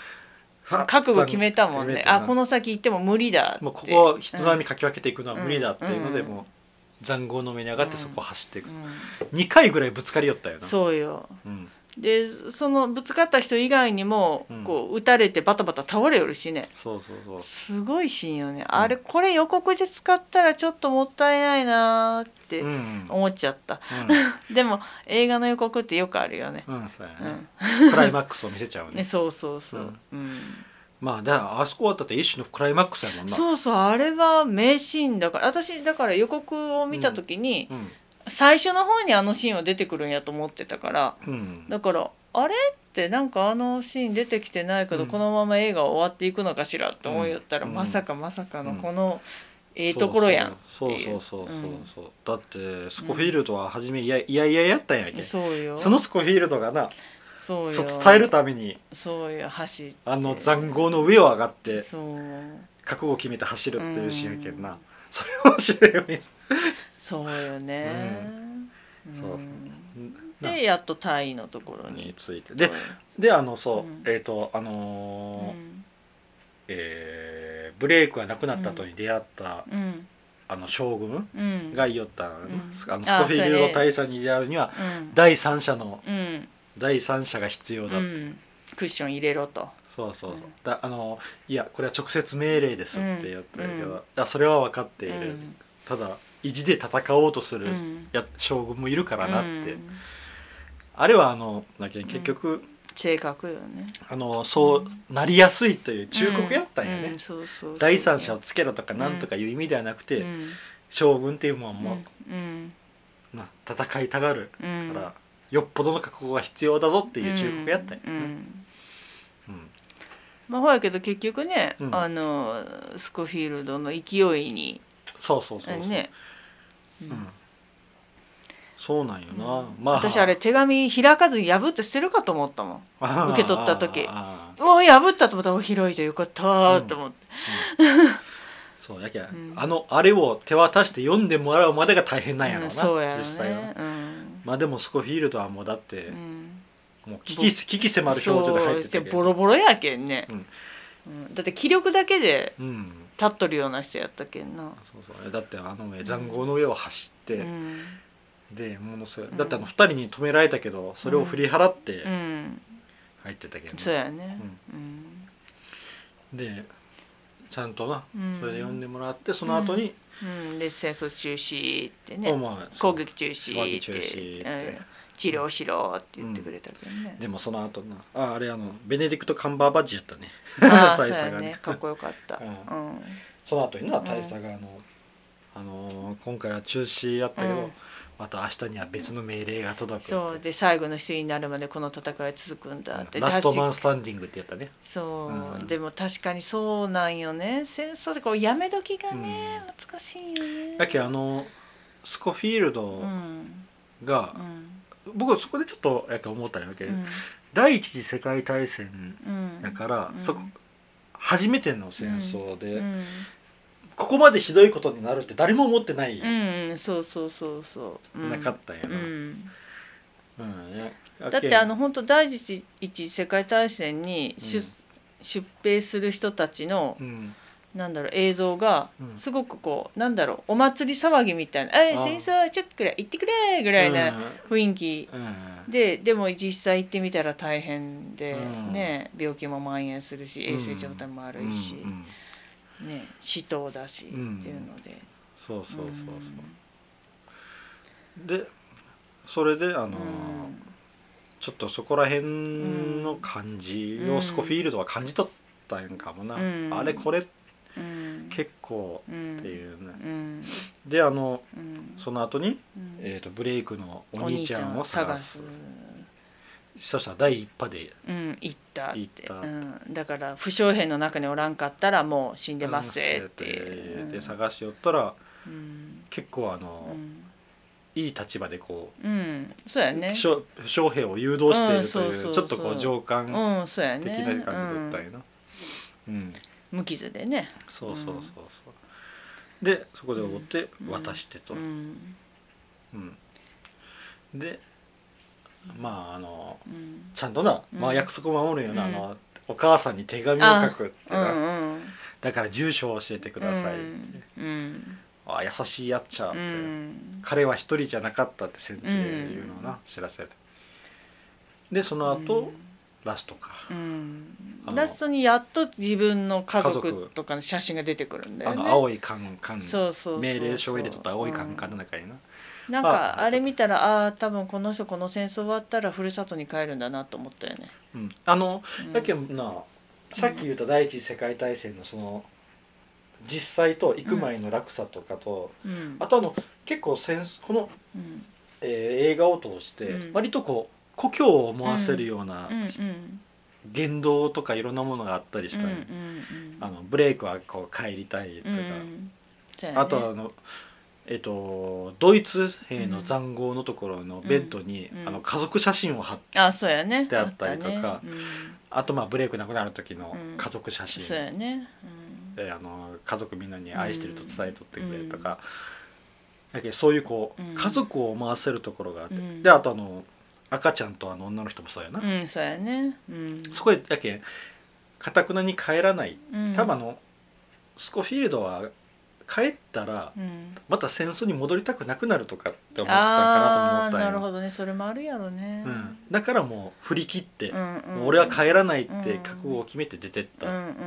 [SPEAKER 1] ふわっと
[SPEAKER 2] 覚悟決めたも
[SPEAKER 1] 決
[SPEAKER 2] ん
[SPEAKER 1] め
[SPEAKER 2] ね
[SPEAKER 1] たよ
[SPEAKER 2] あ
[SPEAKER 1] な
[SPEAKER 2] この先行っても無理だって
[SPEAKER 1] もうここを人並みかき分けていくのは
[SPEAKER 2] うん
[SPEAKER 1] 無理だっていうので、
[SPEAKER 2] うん
[SPEAKER 1] もう塹壕の上に上がってそこを走っていく、
[SPEAKER 2] うん
[SPEAKER 1] 2回ぐらいぶつかりよったよな
[SPEAKER 2] そうよ
[SPEAKER 1] うん
[SPEAKER 2] でそのぶつかった人以外にも、
[SPEAKER 1] うん
[SPEAKER 2] こう撃たれてバタバタ倒れよるしね
[SPEAKER 1] そうそうそう
[SPEAKER 2] すごいシーンよねあれこれ予告で使ったらちょっともったいないなーって
[SPEAKER 1] うんうん
[SPEAKER 2] 思っちゃった、
[SPEAKER 1] う
[SPEAKER 2] でも映画の予告ってよくあるよね、
[SPEAKER 1] ん、うん、そうや
[SPEAKER 2] う
[SPEAKER 1] ね
[SPEAKER 2] ん、
[SPEAKER 1] クライマックスを見せちゃう
[SPEAKER 2] ね
[SPEAKER 1] ね
[SPEAKER 2] そうそうそう、うん
[SPEAKER 1] まあだからあそこはだって一種のクライマックスやもんな
[SPEAKER 2] そうそうあれは名シーンだから私だから予告を見た時に、
[SPEAKER 1] うん
[SPEAKER 2] 最初の方にあのシーンは出てくるんやと思ってたから
[SPEAKER 1] うん
[SPEAKER 2] だからあれってなんかあのシーン出てきてないけ
[SPEAKER 1] う
[SPEAKER 2] ど、
[SPEAKER 1] ん
[SPEAKER 2] このまま映画終わっていくのかしらって思いよったら、
[SPEAKER 1] うん
[SPEAKER 2] まさかまさかの
[SPEAKER 1] うん
[SPEAKER 2] この、ええところやん
[SPEAKER 1] そう
[SPEAKER 2] ってい
[SPEAKER 1] そう
[SPEAKER 2] う
[SPEAKER 1] そうそう
[SPEAKER 2] うん
[SPEAKER 1] そうそうだってスコフィールドは初めいやいやいややったんやけ
[SPEAKER 2] そうよ
[SPEAKER 1] そのスコフィールドがな
[SPEAKER 2] そうよ
[SPEAKER 1] そう伝えるために
[SPEAKER 2] そうよ走って
[SPEAKER 1] あの塹壕の上を上がって
[SPEAKER 2] そう
[SPEAKER 1] 覚悟を決めて走るっていうシーンやけん
[SPEAKER 2] う
[SPEAKER 1] なんそれ面白いよ ね
[SPEAKER 2] そうよね、
[SPEAKER 1] うん
[SPEAKER 2] うん
[SPEAKER 1] そうそうな
[SPEAKER 2] でやっとタイのところ
[SPEAKER 1] に
[SPEAKER 2] に
[SPEAKER 1] ついてでであのそう、
[SPEAKER 2] うん
[SPEAKER 1] えっ、とあ
[SPEAKER 2] う
[SPEAKER 1] のー
[SPEAKER 2] ん
[SPEAKER 1] えーブレイクが亡くなった後に出会った、
[SPEAKER 2] うん
[SPEAKER 1] あの将軍
[SPEAKER 2] うん
[SPEAKER 1] が言おった、
[SPEAKER 2] ん
[SPEAKER 1] あのスコフィールド大佐に出会うには
[SPEAKER 2] うん
[SPEAKER 1] 第三者の
[SPEAKER 2] うん
[SPEAKER 1] 第三者が必要だ、
[SPEAKER 2] うんクッション入れろと
[SPEAKER 1] そうそうそう、
[SPEAKER 2] うん
[SPEAKER 1] だあのいやこれは直接命令ですって言ったけど、
[SPEAKER 2] うん
[SPEAKER 1] あそれは分かっている、
[SPEAKER 2] うん
[SPEAKER 1] ただ意地で戦おうとす
[SPEAKER 2] う
[SPEAKER 1] る、
[SPEAKER 2] ん
[SPEAKER 1] や将軍もいるからなって、
[SPEAKER 2] うん
[SPEAKER 1] あれはあのなんか結局、
[SPEAKER 2] 正確よね
[SPEAKER 1] あのそうなりやすいという忠告やったんよね、
[SPEAKER 2] ううそうそうそう
[SPEAKER 1] 第三者をつけろとかなんとかいう意味ではなくて、
[SPEAKER 2] うん
[SPEAKER 1] 将軍っていうもんはもう、
[SPEAKER 2] うん
[SPEAKER 1] な戦いたがる
[SPEAKER 2] うん
[SPEAKER 1] から、よっぽどの覚悟が必要だぞっていう忠告やったんよ
[SPEAKER 2] うんう
[SPEAKER 1] ね、
[SPEAKER 2] ん
[SPEAKER 1] うん
[SPEAKER 2] まあほやけど結局ね、
[SPEAKER 1] うん
[SPEAKER 2] あのスコフィールドの勢いに
[SPEAKER 1] そうそうそうそう、
[SPEAKER 2] ね、う
[SPEAKER 1] うんん、そうなんよな、
[SPEAKER 2] うん
[SPEAKER 1] まあ
[SPEAKER 2] 私 あれ手紙開かずに破って捨てるかと思ったもん
[SPEAKER 1] 受
[SPEAKER 2] 受け取った時
[SPEAKER 1] あー
[SPEAKER 2] おお破ったと思ったらお開いてよかったと思って、
[SPEAKER 1] うんそうやけ、
[SPEAKER 2] ん
[SPEAKER 1] あのあれを手渡して読んでもらうまでが大変なんやろう
[SPEAKER 2] うん
[SPEAKER 1] な、
[SPEAKER 2] そうやろ
[SPEAKER 1] 実際は
[SPEAKER 2] ねうん
[SPEAKER 1] まあでもスコフィールドはもうだって、
[SPEAKER 2] うん
[SPEAKER 1] もう危機危機迫る表情で入って
[SPEAKER 2] そう
[SPEAKER 1] た
[SPEAKER 2] で
[SPEAKER 1] け
[SPEAKER 2] ボ
[SPEAKER 1] ど
[SPEAKER 2] ロボロやけんね、
[SPEAKER 1] うん
[SPEAKER 2] うんだって気力だけで
[SPEAKER 1] うん
[SPEAKER 2] 立っとるような人やったけんな、
[SPEAKER 1] そうそうだってあのね塹壕の上を走って、
[SPEAKER 2] うん
[SPEAKER 1] でものすごい
[SPEAKER 2] うん
[SPEAKER 1] だってあの2人に止められたけどそれを振り払って
[SPEAKER 2] うん、
[SPEAKER 1] 入ってたけど、
[SPEAKER 2] そうやねうん、
[SPEAKER 1] でちゃんとな
[SPEAKER 2] うん
[SPEAKER 1] それで読んでもらってその後に、
[SPEAKER 2] うん、で戦争中止って
[SPEAKER 1] お
[SPEAKER 2] ね
[SPEAKER 1] まあそう
[SPEAKER 2] 攻撃中止
[SPEAKER 1] 攻
[SPEAKER 2] っ
[SPEAKER 1] 撃
[SPEAKER 2] て
[SPEAKER 1] 中止って
[SPEAKER 2] うん治療しろって言ってくれたけどね、
[SPEAKER 1] で もその後なああれあのベネディクト・カンバーバッジやったね
[SPEAKER 2] ああそ
[SPEAKER 1] 大
[SPEAKER 2] うや
[SPEAKER 1] 佐がね
[SPEAKER 2] ねかっこよかった、
[SPEAKER 1] う
[SPEAKER 2] うんん
[SPEAKER 1] その後にな
[SPEAKER 2] うん
[SPEAKER 1] 大佐があの、あのー今回は中止やったけど、
[SPEAKER 2] うん
[SPEAKER 1] また明日には別の命令が届く
[SPEAKER 2] そうで最後の人になるまでこの戦いは続くんだって
[SPEAKER 1] ラストマン
[SPEAKER 2] 確か
[SPEAKER 1] スタンディングってやったね
[SPEAKER 2] そう、
[SPEAKER 1] うん
[SPEAKER 2] でも確かにそうなんよね戦争でこうやめ時がね、難しいよね
[SPEAKER 1] だけどあのスコフィール
[SPEAKER 2] う
[SPEAKER 1] ド
[SPEAKER 2] ん
[SPEAKER 1] が
[SPEAKER 2] う、ん
[SPEAKER 1] 僕はそこでちょっとやっぱ思ったんやけ
[SPEAKER 2] う
[SPEAKER 1] ど、
[SPEAKER 2] ん
[SPEAKER 1] 第一次世界大戦
[SPEAKER 2] うん
[SPEAKER 1] だから、
[SPEAKER 2] うん
[SPEAKER 1] そこ初めての戦争で、
[SPEAKER 2] うん
[SPEAKER 1] ここまでひどいことになるって誰も思ってない、
[SPEAKER 2] うん、そうそうそうそう、うん
[SPEAKER 1] なかったんや
[SPEAKER 2] う
[SPEAKER 1] な、
[SPEAKER 2] ん
[SPEAKER 1] うんねや
[SPEAKER 2] だっ
[SPEAKER 1] け
[SPEAKER 2] てあの本当第一次世界大戦に出,、
[SPEAKER 1] うん
[SPEAKER 2] 出兵する人たちの
[SPEAKER 1] うん
[SPEAKER 2] なんだろう映像が
[SPEAKER 1] うん
[SPEAKER 2] すごくこうなんだろうお祭り騒ぎみたいな「えい
[SPEAKER 1] あ
[SPEAKER 2] 戦争ちょっとくらい行ってくれ」ぐらいな雰囲気
[SPEAKER 1] うんうん
[SPEAKER 2] ででも実際行ってみたら大変で
[SPEAKER 1] うん
[SPEAKER 2] ね病気も蔓延するし
[SPEAKER 1] うん
[SPEAKER 2] 衛生状態も悪いし
[SPEAKER 1] うんうん
[SPEAKER 2] ね死闘だしって
[SPEAKER 1] うん
[SPEAKER 2] いうので
[SPEAKER 1] そうそうそう
[SPEAKER 2] うん
[SPEAKER 1] そうでそれであのー
[SPEAKER 2] うん
[SPEAKER 1] ちょっとそこら辺の感じ
[SPEAKER 2] う
[SPEAKER 1] を
[SPEAKER 2] ん
[SPEAKER 1] スコフィールドは感じ取ったんやんかもな、
[SPEAKER 2] うん
[SPEAKER 1] あれこれ
[SPEAKER 2] うん
[SPEAKER 1] 結構
[SPEAKER 2] うん
[SPEAKER 1] っていうね
[SPEAKER 2] うん
[SPEAKER 1] であの
[SPEAKER 2] うん
[SPEAKER 1] その後に、
[SPEAKER 2] うん
[SPEAKER 1] えー、とブレイクのお兄ちゃんを探す
[SPEAKER 2] お兄ちゃんを探す
[SPEAKER 1] そしたら第一波で
[SPEAKER 2] うん、行ったって
[SPEAKER 1] 行った
[SPEAKER 2] うん、だから負傷兵の中におらんかったらもう死んでますって
[SPEAKER 1] で
[SPEAKER 2] うん
[SPEAKER 1] 探しよったら
[SPEAKER 2] うん
[SPEAKER 1] 結構あ
[SPEAKER 2] う
[SPEAKER 1] の、
[SPEAKER 2] ん
[SPEAKER 1] いい立場でこ
[SPEAKER 2] うんそうや
[SPEAKER 1] う、
[SPEAKER 2] ね
[SPEAKER 1] 将将兵を誘導していると
[SPEAKER 2] うんそう
[SPEAKER 1] い
[SPEAKER 2] そうう
[SPEAKER 1] ちょっとこ
[SPEAKER 2] そう
[SPEAKER 1] う情
[SPEAKER 2] う
[SPEAKER 1] 感
[SPEAKER 2] んそうやね
[SPEAKER 1] 的な感じだったんやな、うん
[SPEAKER 2] うん無傷でね
[SPEAKER 1] そうそうそう
[SPEAKER 2] うん
[SPEAKER 1] そうでそこで思って
[SPEAKER 2] うん
[SPEAKER 1] 渡してと、
[SPEAKER 2] うん
[SPEAKER 1] うんでまああの
[SPEAKER 2] うん
[SPEAKER 1] ちゃんとな、まあ、
[SPEAKER 2] うん
[SPEAKER 1] 約束守るような、
[SPEAKER 2] うん
[SPEAKER 1] あのお母さんに手紙を書くって
[SPEAKER 2] う
[SPEAKER 1] な、
[SPEAKER 2] んうん
[SPEAKER 1] だから住所を教えてくださいって、
[SPEAKER 2] うん
[SPEAKER 1] あ優しいやっちゃ
[SPEAKER 2] う
[SPEAKER 1] って、
[SPEAKER 2] ん
[SPEAKER 1] 彼は一人じゃなかったって先生が言うのをな、
[SPEAKER 2] うん
[SPEAKER 1] 知らせるでその後、ラストか、
[SPEAKER 2] うん
[SPEAKER 1] あの
[SPEAKER 2] ラストにやっと自分の家
[SPEAKER 1] 家族
[SPEAKER 2] 族とかの写真が出てくるんだよ
[SPEAKER 1] あ
[SPEAKER 2] ね
[SPEAKER 1] の青い缶缶
[SPEAKER 2] そうそうそう
[SPEAKER 1] 命令書を入れとった青い缶缶の中にな、
[SPEAKER 2] うんなん
[SPEAKER 1] あ
[SPEAKER 2] かあれ見たらああー多分この人この戦争終わったらふるさとに帰るんだなと思ったよね、
[SPEAKER 1] うんあの
[SPEAKER 2] うん
[SPEAKER 1] だけどなさっき言った第一次世界大戦のその実際と行く前の落差とかと、
[SPEAKER 2] うん
[SPEAKER 1] あとあの結構戦この
[SPEAKER 2] うん
[SPEAKER 1] えー映画を通して
[SPEAKER 2] うん
[SPEAKER 1] 割とこう故郷を思わせるような
[SPEAKER 2] うんうん
[SPEAKER 1] 言動とかいろんなものがあったりした
[SPEAKER 2] うん
[SPEAKER 1] ね、
[SPEAKER 2] うんうん
[SPEAKER 1] あのブレイクはこう帰りたいとか、
[SPEAKER 2] うんそうやね
[SPEAKER 1] あとあのえっとドイツ兵の塹壕のところのベッドに、
[SPEAKER 2] うん
[SPEAKER 1] あの家族写真を貼って
[SPEAKER 2] あそうやね
[SPEAKER 1] であったりとか
[SPEAKER 2] あったね
[SPEAKER 1] あとまあブレイクなくなる時の
[SPEAKER 2] うん
[SPEAKER 1] 家族写
[SPEAKER 2] うん
[SPEAKER 1] 真、
[SPEAKER 2] そうやねうん
[SPEAKER 1] であの家族みんなに愛してると伝えとってくれと
[SPEAKER 2] う
[SPEAKER 1] か、だけどそういうこう、
[SPEAKER 2] うん
[SPEAKER 1] 家族を思わせるところがあって、
[SPEAKER 2] うん
[SPEAKER 1] であとあの赤ちゃんとあの女の人もそうやな、
[SPEAKER 2] うんそうやねうん
[SPEAKER 1] そこへだけかたくなに帰らない
[SPEAKER 2] うん
[SPEAKER 1] 多分あの、スコフィールドは帰ったら
[SPEAKER 2] うん
[SPEAKER 1] また戦争に戻りたくなくなるとかって思ってたんか
[SPEAKER 2] あ
[SPEAKER 1] な
[SPEAKER 2] あー
[SPEAKER 1] と思ったん
[SPEAKER 2] な
[SPEAKER 1] よ
[SPEAKER 2] るほどねそれもあるやろね
[SPEAKER 1] うん、だからもう振り切って、
[SPEAKER 2] うんうん
[SPEAKER 1] もう俺は帰らないって覚悟を決めて出てっ
[SPEAKER 2] うんう
[SPEAKER 1] た、
[SPEAKER 2] んうんうん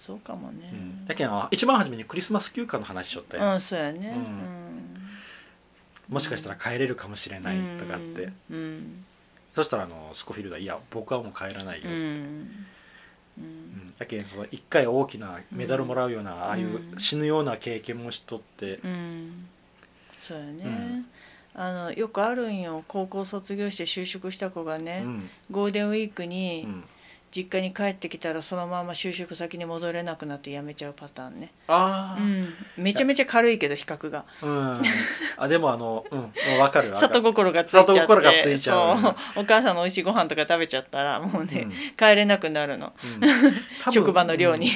[SPEAKER 2] そうかもね
[SPEAKER 1] うんだけど一番初めにクリスマス休暇の話しちゃったよ、
[SPEAKER 2] うんそうやね
[SPEAKER 1] うんもしかしたら帰れるかもしれ
[SPEAKER 2] うん
[SPEAKER 1] ないとかって、
[SPEAKER 2] うん
[SPEAKER 1] そしたらあのスコフィールドはいや僕はもう帰らない
[SPEAKER 2] う
[SPEAKER 1] よ、
[SPEAKER 2] ん
[SPEAKER 1] う
[SPEAKER 2] う
[SPEAKER 1] ん
[SPEAKER 2] んうん
[SPEAKER 1] だけどその一回大きなメダルもらうような、ああいう死ぬような経験もしとって、
[SPEAKER 2] うんそうやね、
[SPEAKER 1] うん
[SPEAKER 2] あのよくあるんよ高校卒業して就職した子が
[SPEAKER 1] う
[SPEAKER 2] ね、
[SPEAKER 1] ん
[SPEAKER 2] ゴールデンウィーク
[SPEAKER 1] う
[SPEAKER 2] に
[SPEAKER 1] ん
[SPEAKER 2] 実家に帰ってきたらそのまま就職先に戻れなくなって辞めちゃうパターンね、
[SPEAKER 1] あ
[SPEAKER 2] う
[SPEAKER 1] あ、
[SPEAKER 2] ん、めちゃめちゃ軽いけど比較が
[SPEAKER 1] うんあでもあの、うん、もう分かる分かる
[SPEAKER 2] 里心がついちゃって
[SPEAKER 1] 里心がついちゃう
[SPEAKER 2] そうお母さんの美味しいご飯とか食べちゃったらもうね、
[SPEAKER 1] うん
[SPEAKER 2] 帰れなくなるの
[SPEAKER 1] うん
[SPEAKER 2] 職場の寮に、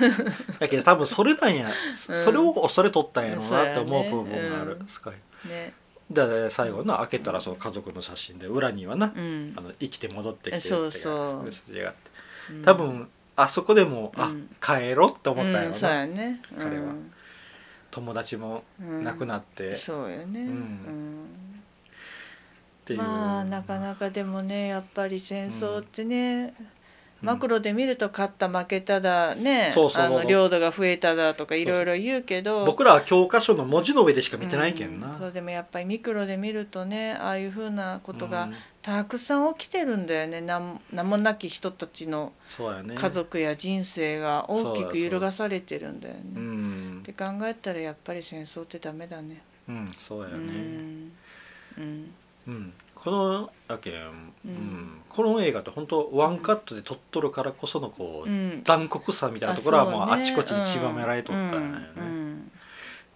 [SPEAKER 1] うんだけど多分それなんや、そ
[SPEAKER 2] うん
[SPEAKER 1] それを恐れとったんやろう
[SPEAKER 2] そうや
[SPEAKER 1] な
[SPEAKER 2] ね
[SPEAKER 1] って思う部分がある、
[SPEAKER 2] うん
[SPEAKER 1] すごい
[SPEAKER 2] ね
[SPEAKER 1] で最後な開けたらその家族の写真で裏にはな、
[SPEAKER 2] うん
[SPEAKER 1] あの生きて戻ってきてって
[SPEAKER 2] そうそう
[SPEAKER 1] メッセージがあって
[SPEAKER 2] うん
[SPEAKER 1] 多分あそこでも、
[SPEAKER 2] う
[SPEAKER 1] あ
[SPEAKER 2] ん
[SPEAKER 1] 帰ろって思ったんや
[SPEAKER 2] うん
[SPEAKER 1] ろ
[SPEAKER 2] そう
[SPEAKER 1] な、
[SPEAKER 2] やね
[SPEAKER 1] 彼は
[SPEAKER 2] うん
[SPEAKER 1] 友達も
[SPEAKER 2] うん
[SPEAKER 1] 亡くなってって
[SPEAKER 2] そうよね、
[SPEAKER 1] うんいう、
[SPEAKER 2] まあなかなかでもねやっぱり戦争ってね、マクロで見ると勝った負けただね、
[SPEAKER 1] そうそう
[SPEAKER 2] あの領土が増えただとか
[SPEAKER 1] そう
[SPEAKER 2] いろいろ言うけど
[SPEAKER 1] 僕らは教科書の文字の上でしか見てないけんな、
[SPEAKER 2] うんそうでもやっぱりミクロで見るとねああいうふうなこと
[SPEAKER 1] う
[SPEAKER 2] が
[SPEAKER 1] ん
[SPEAKER 2] たくさん起きてるんだよねなん名もなき人たちの
[SPEAKER 1] そうやね
[SPEAKER 2] 家族や人生が大きく揺るがされてるんだよね。
[SPEAKER 1] うん
[SPEAKER 2] って考えたらやっぱり戦争ってダメだね。
[SPEAKER 1] うんそうやね、
[SPEAKER 2] うんうん
[SPEAKER 1] うん、このだけ、うん
[SPEAKER 2] うん
[SPEAKER 1] この映画って本当ワンカットで撮っとるからこそのこう、
[SPEAKER 2] うん
[SPEAKER 1] 残酷さみたいなところはもう
[SPEAKER 2] そ
[SPEAKER 1] あ
[SPEAKER 2] ね
[SPEAKER 1] ちこちにちばめられとったんや
[SPEAKER 2] うん
[SPEAKER 1] ね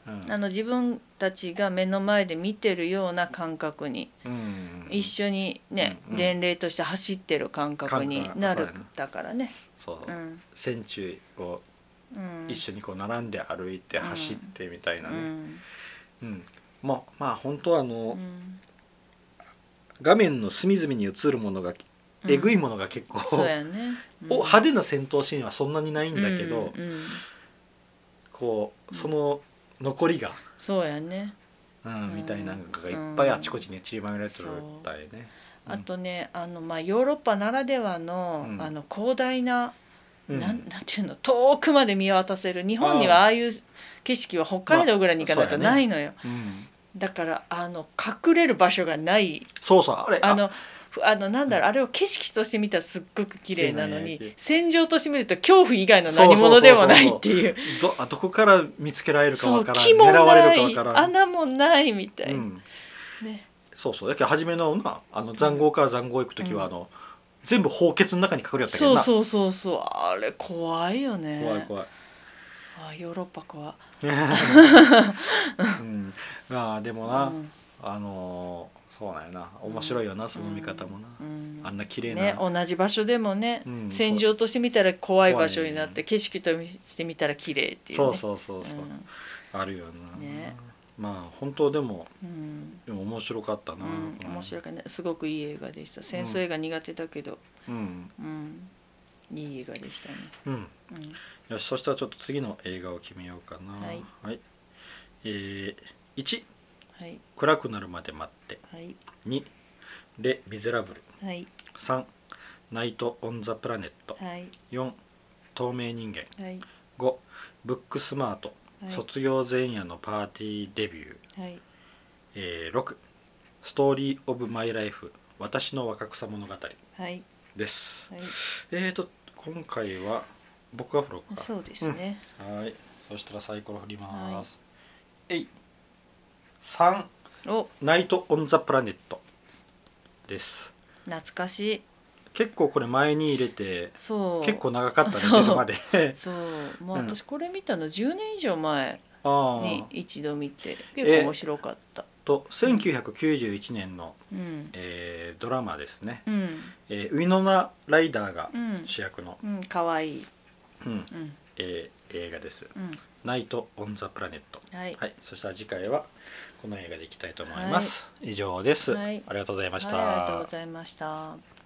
[SPEAKER 2] うん
[SPEAKER 1] うん
[SPEAKER 2] あの自分たちが目の前で見てるような感覚に、
[SPEAKER 1] うん
[SPEAKER 2] 一緒にね、
[SPEAKER 1] うんうん
[SPEAKER 2] 伝令として走ってる感覚にな
[SPEAKER 1] 感覚
[SPEAKER 2] る
[SPEAKER 1] そうやね
[SPEAKER 2] だからね。
[SPEAKER 1] そうそうう、
[SPEAKER 2] ん
[SPEAKER 1] 戦中を
[SPEAKER 2] うん
[SPEAKER 1] 一緒にこう並んで歩いて
[SPEAKER 2] うん
[SPEAKER 1] 走ってみたいな
[SPEAKER 2] う
[SPEAKER 1] ね、
[SPEAKER 2] ん
[SPEAKER 1] うんまあまあ本当はあの、
[SPEAKER 2] うん
[SPEAKER 1] 画面の隅々に映るものが、えぐいものが結構、
[SPEAKER 2] そうやね。うん
[SPEAKER 1] お派手な戦闘シーンはそんなにないんだけど、
[SPEAKER 2] うんうん
[SPEAKER 1] こうその残りが、
[SPEAKER 2] そうやね。
[SPEAKER 1] うん、
[SPEAKER 2] うん
[SPEAKER 1] みたいなのがいっぱいあちこちにちりばめられてるみたいね。
[SPEAKER 2] あとね、あのまあヨーロッパならではの、
[SPEAKER 1] うん
[SPEAKER 2] あの広大な、
[SPEAKER 1] うん
[SPEAKER 2] なんなんていうの遠くまで見渡せる日本にはああいう景色は北海道ぐらいに行かないと
[SPEAKER 1] まあそうや
[SPEAKER 2] な
[SPEAKER 1] ね
[SPEAKER 2] いのよ、
[SPEAKER 1] うん
[SPEAKER 2] だからあの隠れる場所がない
[SPEAKER 1] そうそうあれ
[SPEAKER 2] あのふあのなんだろう、あれを景色として見たらすっごく綺麗な
[SPEAKER 1] 綺
[SPEAKER 2] の
[SPEAKER 1] 麗な
[SPEAKER 2] に
[SPEAKER 1] ね
[SPEAKER 2] 戦場として見ると恐怖以外の何物でもないっていう
[SPEAKER 1] どあどこから見つけられるか
[SPEAKER 2] そ
[SPEAKER 1] わ
[SPEAKER 2] う
[SPEAKER 1] からん
[SPEAKER 2] 木も
[SPEAKER 1] 狙わ
[SPEAKER 2] な
[SPEAKER 1] れる
[SPEAKER 2] い
[SPEAKER 1] かわからん。
[SPEAKER 2] 穴もないみたいうな、
[SPEAKER 1] ん、
[SPEAKER 2] ね
[SPEAKER 1] そうそうだけど初めのなあの塹壕から塹壕行く時はあの、全部宝穴の中に隠れやったけ
[SPEAKER 2] そ
[SPEAKER 1] ど
[SPEAKER 2] う
[SPEAKER 1] な
[SPEAKER 2] そうそうそうあれ怖いよね
[SPEAKER 1] 怖い怖い
[SPEAKER 2] あーヨーロッパ怖
[SPEAKER 1] うん、まあでもな、
[SPEAKER 2] うん
[SPEAKER 1] あのーそうなんやな面白いよな、その見方もな、
[SPEAKER 2] うん
[SPEAKER 1] あんな綺麗な、
[SPEAKER 2] ね同じ場所でもね、
[SPEAKER 1] うん
[SPEAKER 2] 戦場として見たら怖い場所になっ
[SPEAKER 1] 怖い
[SPEAKER 2] て、景色として見たら綺麗っていう、ね、
[SPEAKER 1] そうそうそうそう、
[SPEAKER 2] ん
[SPEAKER 1] あるよな、
[SPEAKER 2] ね
[SPEAKER 1] まあ本当でも
[SPEAKER 2] うん
[SPEAKER 1] でも面白かった
[SPEAKER 2] う
[SPEAKER 1] な、
[SPEAKER 2] ん、
[SPEAKER 1] この
[SPEAKER 2] 面白いねすごくいい映画でした戦争映画苦手だけど、
[SPEAKER 1] うん
[SPEAKER 2] うんいい映画でしたね、
[SPEAKER 1] うん
[SPEAKER 2] うん
[SPEAKER 1] よしそしたらちょっと次の映画を決めようかな
[SPEAKER 2] はい、
[SPEAKER 1] えー、1
[SPEAKER 2] はい
[SPEAKER 1] 暗くなるまで待って
[SPEAKER 2] はい
[SPEAKER 1] 2レ・ミゼラブル
[SPEAKER 2] はい
[SPEAKER 1] 3ナイト・オン・ザ・プラネット
[SPEAKER 2] はい
[SPEAKER 1] 4透明人間
[SPEAKER 2] はい
[SPEAKER 1] 5ブックスマート、
[SPEAKER 2] はい
[SPEAKER 1] 卒業前夜のパーティーデビュー、
[SPEAKER 2] はい
[SPEAKER 1] えー6ストーリー・オブ・マイ・ライフ私の若草物語
[SPEAKER 2] はい
[SPEAKER 1] です
[SPEAKER 2] はい
[SPEAKER 1] えーと今回は僕が振ろうか
[SPEAKER 2] そうですね、
[SPEAKER 1] はいそしたらサイコロ振ります、えい3
[SPEAKER 2] お
[SPEAKER 1] ナイト・オン・ザ・プラネットです
[SPEAKER 2] 懐かしい
[SPEAKER 1] 結構これ前に入れて
[SPEAKER 2] そう
[SPEAKER 1] 結構長かったね
[SPEAKER 2] そう
[SPEAKER 1] 出るま で
[SPEAKER 2] そうもう
[SPEAKER 1] うん
[SPEAKER 2] 私これ見たの10年以上前
[SPEAKER 1] あ
[SPEAKER 2] に
[SPEAKER 1] あ
[SPEAKER 2] 一度見て結構面白かった、
[SPEAKER 1] と1991年の、
[SPEAKER 2] うん
[SPEAKER 1] えードラマですね、
[SPEAKER 2] うん
[SPEAKER 1] えーウィノナ・ライダーが
[SPEAKER 2] うん
[SPEAKER 1] 主役の、
[SPEAKER 2] うん可愛いい
[SPEAKER 1] うん
[SPEAKER 2] うん
[SPEAKER 1] えー映画です
[SPEAKER 2] うん
[SPEAKER 1] 「ナイト・オン・ザ・プラネット」
[SPEAKER 2] はい
[SPEAKER 1] はい、そしたら次回はこの映画でいきたいと思います、以上です、
[SPEAKER 2] はい
[SPEAKER 1] ありがとうございました、
[SPEAKER 2] はい、ありがとうございました。